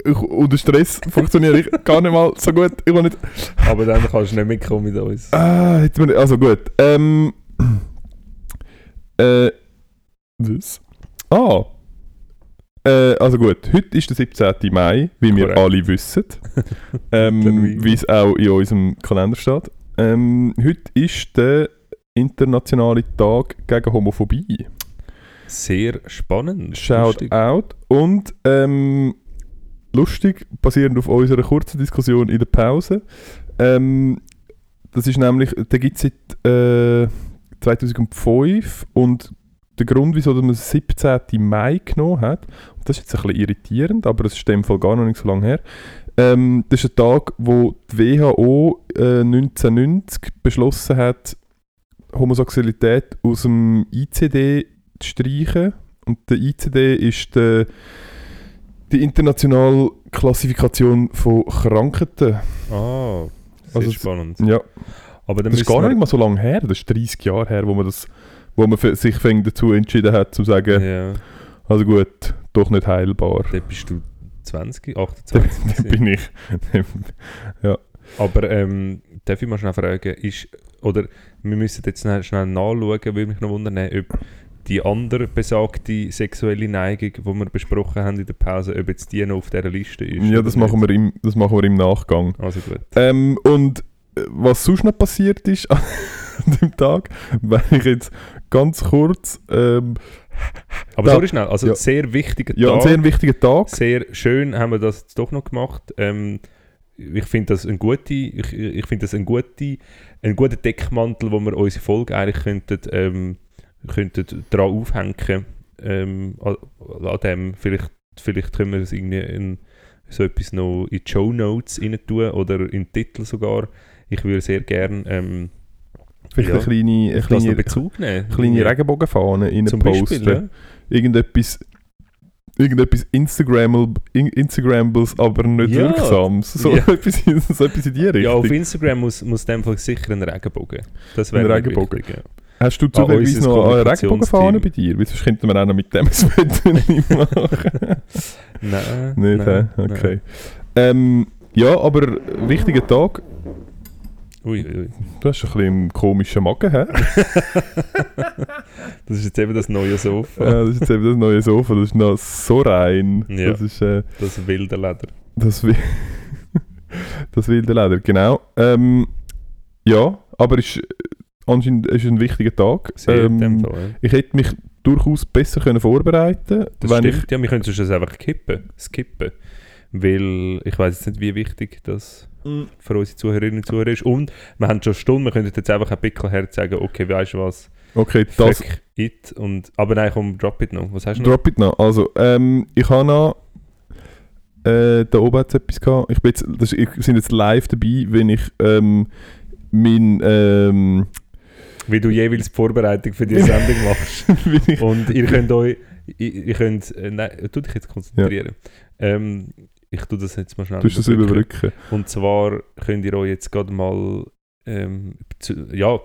S2: ich, unter Stress funktioniere ich gar nicht mal so gut. Ich will nicht.
S1: Aber dann kannst du nicht mitkommen mit uns.
S2: Ah, jetzt bin ich, also gut. Ähm. Äh. Was? Ah. Äh, also gut, heute ist der 17. Mai, wie wir
S1: Korrekt.
S2: alle wissen.
S1: Dann
S2: ähm,
S1: wie-
S2: wie es auch in unserem Kalender steht. Ähm, heute ist der internationale Tag gegen Homophobie.
S1: Sehr spannend.
S2: Shout
S1: Lustig.
S2: out. Und ähm, lustig, basierend auf unserer kurzen Diskussion in der Pause. Ähm, das ist nämlich, der gibt es seit äh, 2005 und der Grund, wieso dass man es 17. Mai genommen hat, und das ist jetzt ein bisschen irritierend, aber es ist in dem Fall gar noch nicht so lange her, ähm, das ist ein Tag, wo die WHO äh, 1990 beschlossen hat, Homosexualität aus dem ICD zu streichen. Und der ICD ist der, die internationale Klassifikation von Krankheiten.
S1: Ah, sehr
S2: Also es-
S1: spannend.
S2: Ja,
S1: Aber dann
S2: das ist
S1: müssen
S2: gar nicht
S1: wir-
S2: mal so lange her. Das ist 30 Jahre her, wo man, das, wo man für sich fängt dazu entschieden hat, zu sagen,
S1: Ja,
S2: also gut, doch nicht heilbar.
S1: dort bist du 20,
S2: Dann
S1: 28.
S2: dann
S1: gewesen.
S2: bin ich.
S1: Aber ähm, darf ich mal schnell fragen, ist, oder wir müssen jetzt schnell, schnell nachschauen, würde mich noch wundern, ob die andere besagte sexuelle Neigung, die wir besprochen haben in der Pause, ob jetzt die noch auf dieser Liste ist.
S2: Ja, das machen, wir im, das machen wir im Nachgang.
S1: wir. Also gut.
S2: Ähm, und äh, was sonst noch passiert ist an dem Tag, wenn ich jetzt ganz kurz. Ähm,
S1: Aber
S2: Da-
S1: sorry schnell, also
S2: ja.
S1: sehr wichtiger
S2: ja, ein
S1: Tag.
S2: sehr wichtiger Tag.
S1: Sehr schön haben wir das jetzt doch noch gemacht. Ähm, ich finde das ein gute, ich, ich finde das ein gute, ein guter Deckmantel, wo wir unsere Folge eigentlich könnten, ähm, könnten dran aufhängen. Ähm, an, an dem vielleicht, vielleicht können wir es irgendwie in, so etwas noch in die Show Notes rein tun oder in den Titel sogar. Ich würde sehr gerne ähm,
S2: Vielleicht
S1: Ja.
S2: eine kleine, eine
S1: Ich lasse noch
S2: kleine,
S1: Bezug nehmen.
S2: kleine Regenbogenfahne rein
S1: Zum
S2: posten.
S1: Beispiel, ja.
S2: irgendetwas, irgendetwas Instagrammel- In- Instagrammables, aber nicht
S1: Ja.
S2: wirksames. So,
S1: Ja.
S2: etwas, in- so etwas in die
S1: Ja, auf
S2: Richtung.
S1: Instagram muss, muss dem Fall sicher ein Regenbogen. Das
S2: Ein
S1: wäre mir
S2: Regenbogen.
S1: wichtig, ja.
S2: Hast du
S1: Ah,
S2: zufällig
S1: unser
S2: noch eine Regenbogenfahne
S1: Kommunikationsteam.
S2: bei dir? Weil sonst könnten wir auch noch mit dem ein Foto nicht machen.
S1: Nein. nein,
S2: Nicht, hä?
S1: nein.
S2: Okay. Ähm, ja, aber wichtiger Tag.
S1: Ui, ui, ui.
S2: Du hast ein bisschen einen komischen Magen, hä?
S1: Das ist jetzt eben das neue Sofa.
S2: Ja, das ist jetzt eben das neue Sofa, das ist noch so rein.
S1: Ja.
S2: Das ist... Äh,
S1: Das wilde Leder.
S2: Das, wi- das wilde Leder, genau. Ähm, ja, aber ist äh, anscheinend ist ein wichtiger Tag.
S1: Sehr in dem
S2: Ähm,
S1: Fall. ja.
S2: ich hätte mich durchaus besser können vorbereiten
S1: Das
S2: wenn
S1: stimmt, ja. Wir können sonst das einfach kippen. Skippen. Weil ich weiß jetzt nicht, wie wichtig das
S2: ich.
S1: für unsere Zuhörerinnen und Zuhörer ist. Und wir haben schon Stunden, wir könnten jetzt einfach ein Pickel her sagen, okay, weißt du was?
S2: Okay, das
S1: Das it. Und, aber nein, komm, drop it noch. Was hast du noch?
S2: drop it noch. Also, ähm, ich habe noch. Äh, da oben hat es etwas gehabt. Ich, bin jetzt, das, ich sind jetzt live dabei, wenn ich ähm, mein. Ähm,
S1: Wie du jeweils die Vorbereitung für die Sendung machst.
S2: wenn ich,
S1: Und ihr könnt euch. Ihr, ihr könnt. Äh, nein, tu dich jetzt konzentrieren. Ähm, ich tue das jetzt mal schnell.
S2: du musst das
S1: überbrücken.
S2: überbrücken.
S1: Und zwar könnt ihr euch jetzt gerade mal. Ähm, zu, ja,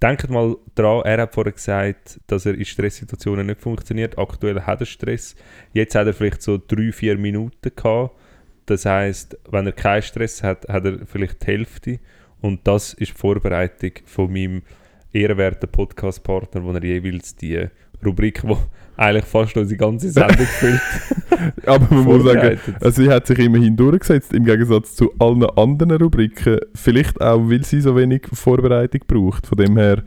S1: denkt mal dran, er hat vorher gesagt, dass er in Stresssituationen nicht funktioniert. Aktuell hat er Stress. Jetzt hat er vielleicht so drei, vier Minuten gehabt. Das heißt, wenn er keinen Stress hat, hat er vielleicht die Hälfte. Und das ist die Vorbereitung von meinem ehrenwerten Podcast-Partner, wo er jeweils die Rubrik, die eigentlich fast unsere ganze Sendung füllt,
S2: Aber man muss sagen,
S1: vorbereitet.
S2: Also sie hat sich immerhin durchgesetzt, im Gegensatz zu allen anderen Rubriken. Vielleicht auch, weil sie so wenig Vorbereitung braucht. Von dem her,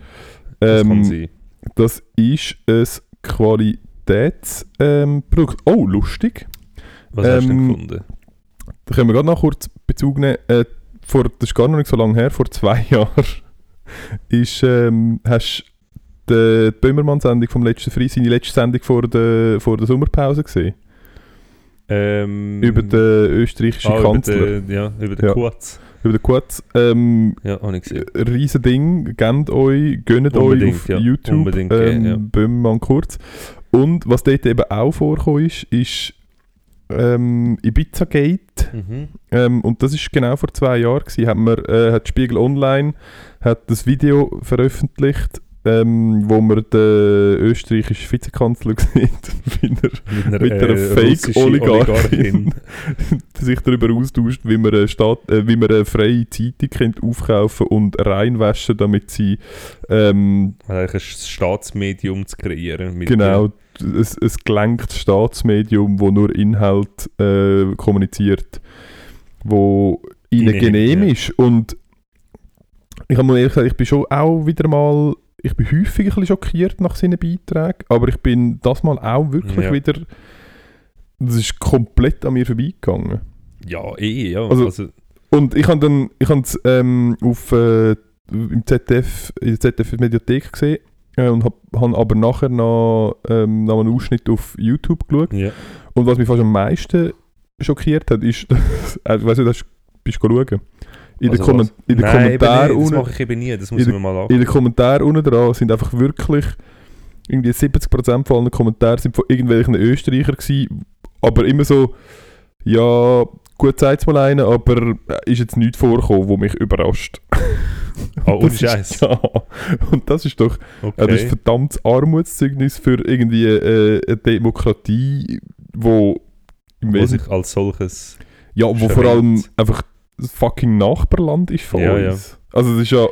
S1: das kann
S2: ähm,
S1: sein.
S2: das, ist ein Qualitätsprodukt. Ähm, Produkt. oh, lustig.
S1: Was hast du denn
S2: ähm,
S1: gefunden?
S2: Da können wir gerade noch kurz Bezug nehmen. Äh, vor, das ist gar noch nicht so lange her, vor zwei Jahren, ist, ähm, hast du die Böhmermann-Sendung vom letzten Frei, seine letzte Sendung vor der, vor der Sommerpause gesehen.
S1: Ähm,
S2: Über den österreichischen
S1: Ah,
S2: Kanzler. Über den,
S1: Über den, ja, über den
S2: Ja.
S1: Kurz.
S2: über den Kurz. Ähm,
S1: Ja, habe ich gesehen.
S2: riesen Ding, gebt euch, gönnt
S1: Unbedingt,
S2: euch auf
S1: ja.
S2: YouTube,
S1: Unbedingt
S2: ähm,
S1: geben, ja.
S2: Böhmermann kurz. Und was dort eben auch vorgekommen ist, ist ähm, Ibiza Gate.
S1: Mhm.
S2: Ähm, und das ist genau vor zwei Jahren gewesen, hat, man, äh, hat Spiegel Online hat das Video veröffentlicht, ähm, wo man den österreichischen Vizekanzler sieht, wie er
S1: Mit einer, äh,
S2: Mit einer
S1: russischen
S2: Fake-Oligarchin. sich darüber austauscht, wie man, eine Staat, äh, wie man eine freie Zeitung könnte aufkaufen und reinwaschen, damit sie ähm,
S1: Also eigentlich ein Staatsmedium zu kreieren. Mit
S2: genau ein, ein gelenktes Staatsmedium, wo nur Inhalt äh, kommuniziert, wo ihnen
S1: Ihnen,
S2: genehm
S1: ja.
S2: ist. Und ich habe mal ehrlich gesagt, ich bin schon auch wieder mal, ich bin häufig ein bisschen schockiert nach seinen Beiträgen, aber ich bin das mal auch wirklich
S1: Ja.
S2: wieder, das ist komplett an mir vorbeigegangen.
S1: Ja, eh, ja.
S2: Also-
S1: Also,
S2: Und ich habe dann, ich habe es ähm, auf äh, im ZDF, in der ZDF Mediathek gesehen äh, und habe hab aber nachher noch, ähm, noch einen Ausschnitt auf YouTube geschaut.
S1: ja.
S2: Und was mich fast am meisten schockiert hat, ist, dass, äh, weißt du, das bist du schauen. In den
S1: Also
S2: Kommen-
S1: was?
S2: in den
S1: Nein, eben
S2: Kommentaren
S1: nicht, das
S2: unten,
S1: mache ich eben nie. Das muss man mal
S2: in
S1: anschauen.
S2: den Kommentaren unten dran sind einfach wirklich irgendwie 70% von allen Kommentaren sind von irgendwelchen Österreichern gewesen, aber immer so, ja, gut sagt mal einer, aber äh, ist jetzt nichts vorgekommen, wo mich überrascht.
S1: Ah, ohne
S2: Das ist-
S1: Scheiß.
S2: Ja, und das ist doch äh, das ist
S1: Okay.
S2: verdammtes Armutszeugnis für irgendwie äh, eine Demokratie, wo im
S1: Wo
S2: Wesentlichen,
S1: sich als solches.
S2: ja, wo vor
S1: schränkt.
S2: allem einfach das fucking Nachbarland ist von
S1: Ja, ja.
S2: uns. Also das ist ja,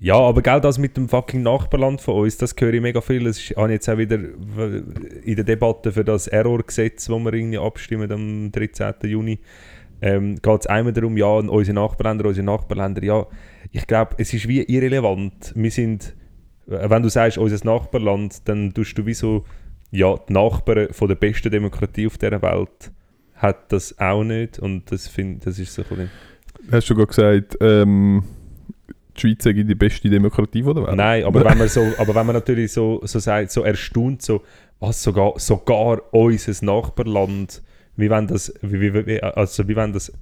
S1: Ja, aber genau das mit dem fucking Nachbarland von uns, das höre ich mega viel. Das ist- habe ich jetzt auch wieder w- in der Debatte für das Errorgesetz, wo wir irgendwie abstimmen am 13. Juni, ähm, geht es einmal darum, ja, unsere Nachbarländer, unsere Nachbarländer, ja. Ich glaube, es ist wie irrelevant. Wir sind, äh, wenn du sagst, unser Nachbarland, dann tust du wie so, ja, die Nachbarn von der besten Demokratie auf dieser Welt hat das auch nicht und das, find, das ist so ein bisschen...
S2: hast du gerade gesagt, ähm, die Schweiz sei die beste Demokratie von der Welt.
S1: Nein, aber wenn man, so, aber wenn man natürlich so, so sagt, so erstaunt, so, was sogar, sogar unser Nachbarland, wie wenn das, wie, wie, wie, also wie wenn das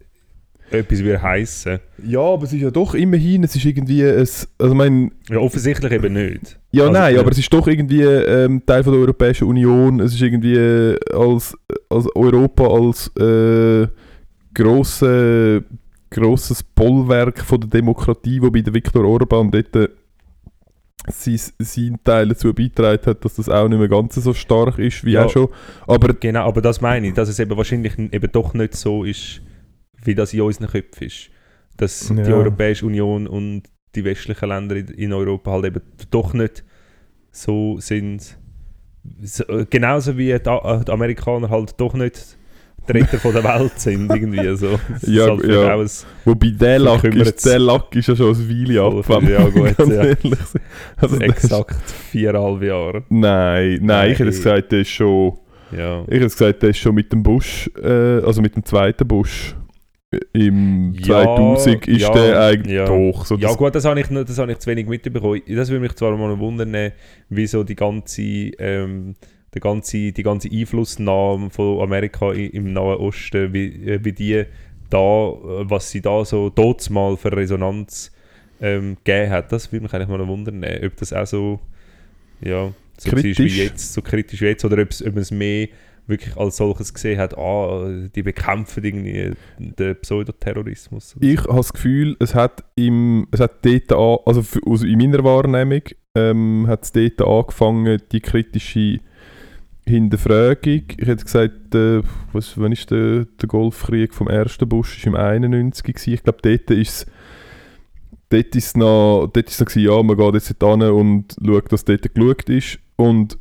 S1: etwas wie heissen.
S2: Ja, aber es ist ja doch immerhin, es ist irgendwie ein, also mein,
S1: Ja, offensichtlich eben nicht.
S2: Ja,
S1: Also,
S2: nein,
S1: ja.
S2: aber es ist doch irgendwie ähm, Teil von der Europäischen Union. Es ist irgendwie äh, als, als Europa als äh, grosse, grosses Bollwerk von der Demokratie, wo bei der Viktor Orban dort äh, sein, seinen Teil dazu beigetragen hat, dass das auch nicht mehr ganz so stark ist wie
S1: Ja.
S2: auch schon. Aber
S1: Genau, aber das meine ich, dass es eben wahrscheinlich n- eben doch nicht so ist, wie das in unseren Köpfen ist. Dass die
S2: Ja.
S1: Europäische Union und die westlichen Länder in- in Europa halt eben doch nicht so sind. So, äh, genauso wie die, A- äh, die Amerikaner halt doch nicht die Retter von der Welt sind, irgendwie so. Das
S2: Ja, Also,
S1: ist halt vielleicht
S2: ja.
S1: auch ein-
S2: wobei der Lack,
S1: Verkümmert's.
S2: ist, der Lack ist ja schon ein Weile
S1: Oh,
S2: ab, wenn
S1: ja,
S2: wir
S1: gut,
S2: ganz
S1: ja.
S2: ehrlich sind. Also das-
S1: exakt viereinhalb Jahre.
S2: Nein, nein, ich hätte jetzt
S1: Nein.
S2: gesagt, der ist schon...
S1: Ja.
S2: Ich hätte gesagt, der ist schon mit dem Busch, äh, also mit dem zweiten Busch äh, im
S1: Ja,
S2: 2000 ist
S1: ja,
S2: der eigentlich
S1: ja.
S2: doch. So
S1: Ja
S2: das,
S1: gut, das habe ich, noch- das habe ich zu wenig mitbekommen. Das würde mich zwar mal wundern, wieso die ganze, ähm, die ganze, die ganze Einflussnahme von Amerika i- im Nahen Osten, wie, äh, wie die da, äh, was sie da so dort mal für Resonanz ähm, gegeben hat, das würde mich eigentlich mal noch wundern, äh, ob das auch so, ja, so kritisch.
S2: Kritisch.
S1: wie jetzt, so kritisch wie jetzt, oder ob es, ob man es mehr wirklich als solches gesehen hat, ah, die bekämpfen irgendwie den Pseudoterrorismus.
S2: ich habe das Gefühl, es hat, im, es hat dort an, also f- aus- in meiner Wahrnehmung, ähm, hat es dort angefangen, die kritische Hinterfragung. Ich hätte gesagt, äh, was, wann ist der, der Golfkrieg vom ersten Busch? Ist im 91 gewesen. Ich glaube, dort ist es dort ist noch, dort ist noch gewesen, ja, man geht jetzt dort hin und schaut, dass dort geschaut ist. Und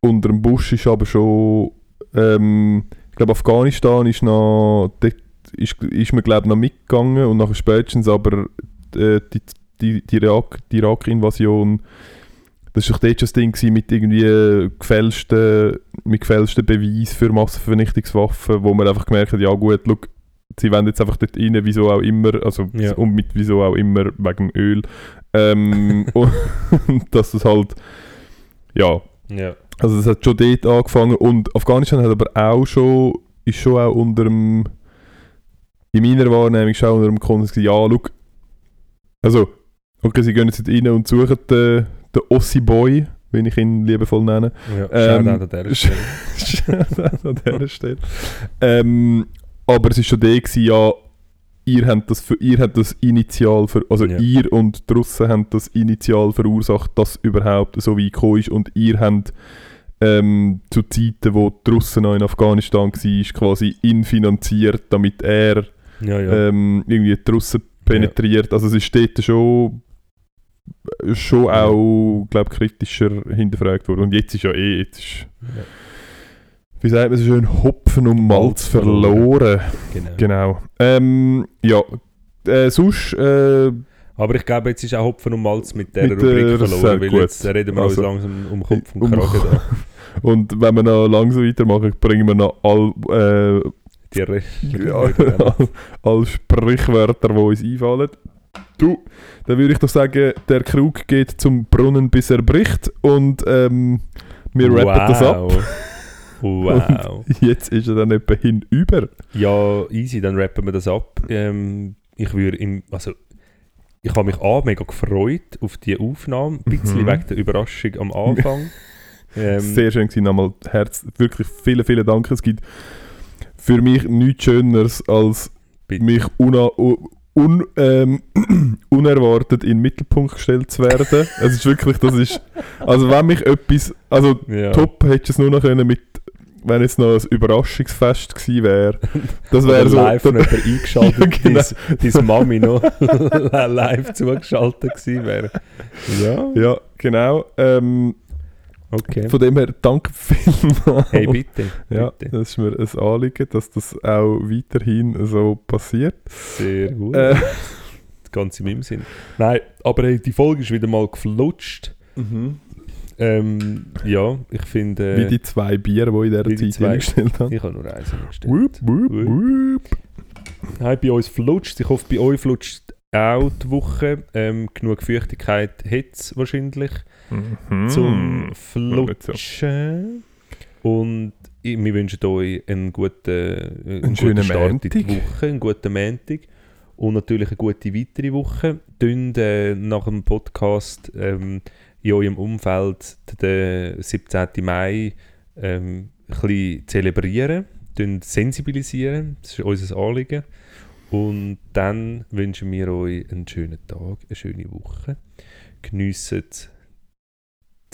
S2: unter dem Busch ist aber schon, ähm, ich glaube, Afghanistan ist noch, dort ist, ist man, glaube noch mitgegangen und nachher spätestens aber äh, die, die, die, Irak, die Irak-Invasion, das war doch dort schon das Ding gewesen mit irgendwie gefälschten, mit gefälschten Beweisen für Massenvernichtungswaffen, wo man einfach gemerkt hat, ja gut, schau, sie wollen jetzt einfach dort rein, wieso auch immer, also
S1: Ja.
S2: und mit wieso auch immer, wegen dem Öl. Ähm, und dass es halt, ja,
S1: Ja.
S2: also es hat schon dort angefangen und Afghanistan hat aber auch schon, ist schon auch unter dem, in meiner Wahrnehmung schon auch unter dem Konsens gewesen, ja, schau, also, okay, sie gehen jetzt dort rein und suchen den, den Ossi-Boy, wenn ich ihn liebevoll nenne,
S1: Ja,
S2: Ähm,
S1: Shoutout an dieser
S2: sch-
S1: Stelle.
S2: Shoutout an dieser Stelle. Ähm, aber es war schon der, gewesen, ja, ihr habt das, für, ihr habt das initial, ver, also
S1: Ja.
S2: ihr und die Russen haben das initial verursacht, dass überhaupt so weit gekommen ist und ihr habt ähm, zu Zeiten, wo die Russen noch in Afghanistan waren, quasi ihn finanziert, damit er
S1: Ja, ja.
S2: ähm, irgendwie die Russen penetriert. Also es ist dort schon, schon
S1: Ja.
S2: auch, glaube kritischer hinterfragt worden. Und jetzt ist ja eh, jetzt ist,
S1: Ja.
S2: wie sagt man so schön, Hopfen und Malz
S1: Malz verloren. genau.
S2: verloren. Genau. Ähm, ja, äh, sonst, äh,
S1: Aber ich glaube, jetzt ist auch Hopfen und Malz mit dieser
S2: Mit der
S1: Rubrik verloren,
S2: sehr
S1: weil
S2: gut.
S1: jetzt reden wir
S2: Also,
S1: uns langsam um Kopf und
S2: um-
S1: Kragen. Da.
S2: und wenn wir noch langsam weitermachen, bringen wir noch all, äh,
S1: Die Re
S2: Ja, all, all Sprichwörter, die uns einfallen. Du, dann würde ich doch sagen, der Krug geht zum Brunnen, bis er bricht. Und ähm, wir rappen das ab.
S1: Wow.
S2: Jetzt ist er dann etwa hinüber.
S1: Ja, easy, dann rappen wir das ab. Ähm, ich würde im, also ich habe mich auch mega gefreut auf die Aufnahme, ein bisschen
S2: Mhm.
S1: wegen der Überraschung am Anfang. Ähm,
S2: Sehr schön gewesen, nochmal Herz. Wirklich vielen, vielen Dank. Es gibt für mich nichts Schöneres, als
S1: Bitte.
S2: mich una, u- un, ähm, unerwartet in den Mittelpunkt gestellt zu werden. es ist wirklich, das ist... Also wenn mich etwas... Also
S1: ja.
S2: Top hättest du es nur noch können mit, wenn es noch ein Überraschungsfest gewesen wäre. Das wäre so.
S1: live noch
S2: dann-
S1: jemand eingeschaltet,
S2: Ja, genau.
S1: dein, dein Mami noch live zugeschaltet gewesen wäre. Ja,
S2: ja, genau. Ähm,
S1: okay.
S2: Von dem her, danke vielmals.
S1: Hey, bitte.
S2: ja,
S1: bitte.
S2: das ist mir ein Anliegen, dass das auch weiterhin so passiert.
S1: Sehr gut.
S2: Äh,
S1: Das Ganze in meinem Sinn. Nein, aber hey, die Folge ist wieder mal geflutscht. Ähm, ja, ich finde...
S2: Wie die zwei Bier, die ich in
S1: wie
S2: dieser
S1: die
S2: Zeit
S1: zwei.
S2: hingestellt habe.
S1: ich habe nur eins angestellt.
S2: Wup, wup, wup.
S1: Hey, bei uns flutscht. Ich hoffe, bei euch flutscht auch die Woche. Ähm, genug Feuchtigkeit hat es wahrscheinlich.
S2: Mhm.
S1: zum
S2: nicht so.
S1: Flutschen. Und ich- wir wünschen euch einen guten, äh, einen
S2: schönen
S1: guten Start in die
S2: Montag.
S1: Woche, einen guten Montag. und natürlich eine gute weitere Woche. Dünn äh, nach dem Podcast ähm, in eurem Umfeld den 17. Mai ähm, ein bisschen zelebrieren, dünn sensibilisieren, das ist unser Anliegen. Und dann wünschen wir euch einen schönen Tag, eine schöne Woche. Geniesset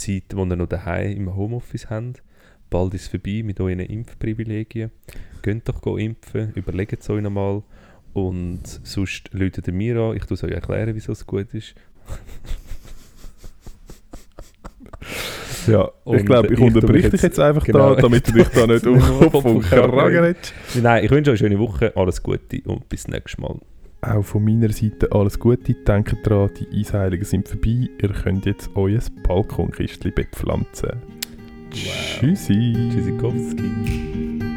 S1: die Zeit, die ihr noch daheim im Homeoffice habt. Bald ist es vorbei mit euren Impfprivilegien. Geht doch go impfen, überlegt es euch nochmal. Und sonst läutet ihr mir an, ich tue es euch erklären, wieso es gut ist.
S2: Ja, ich
S1: Und
S2: glaube, ich
S1: ich tu mich
S2: unterbrich dich
S1: jetzt-
S2: jetzt einfach
S1: genau,
S2: da, damit du dich da nicht um
S1: Nur
S2: Kopf
S1: vom
S2: und Kragen
S1: Kragen.
S2: redest.
S1: Nein, ich wünsche euch eine schöne Woche, alles Gute und bis nächstes Mal.
S2: Auch von meiner Seite alles Gute. Denkt dran, die Eisheiligen sind vorbei. Ihr könnt jetzt euer Balkonkistchen bepflanzen. Tschüssi.
S1: Tschüssikowski.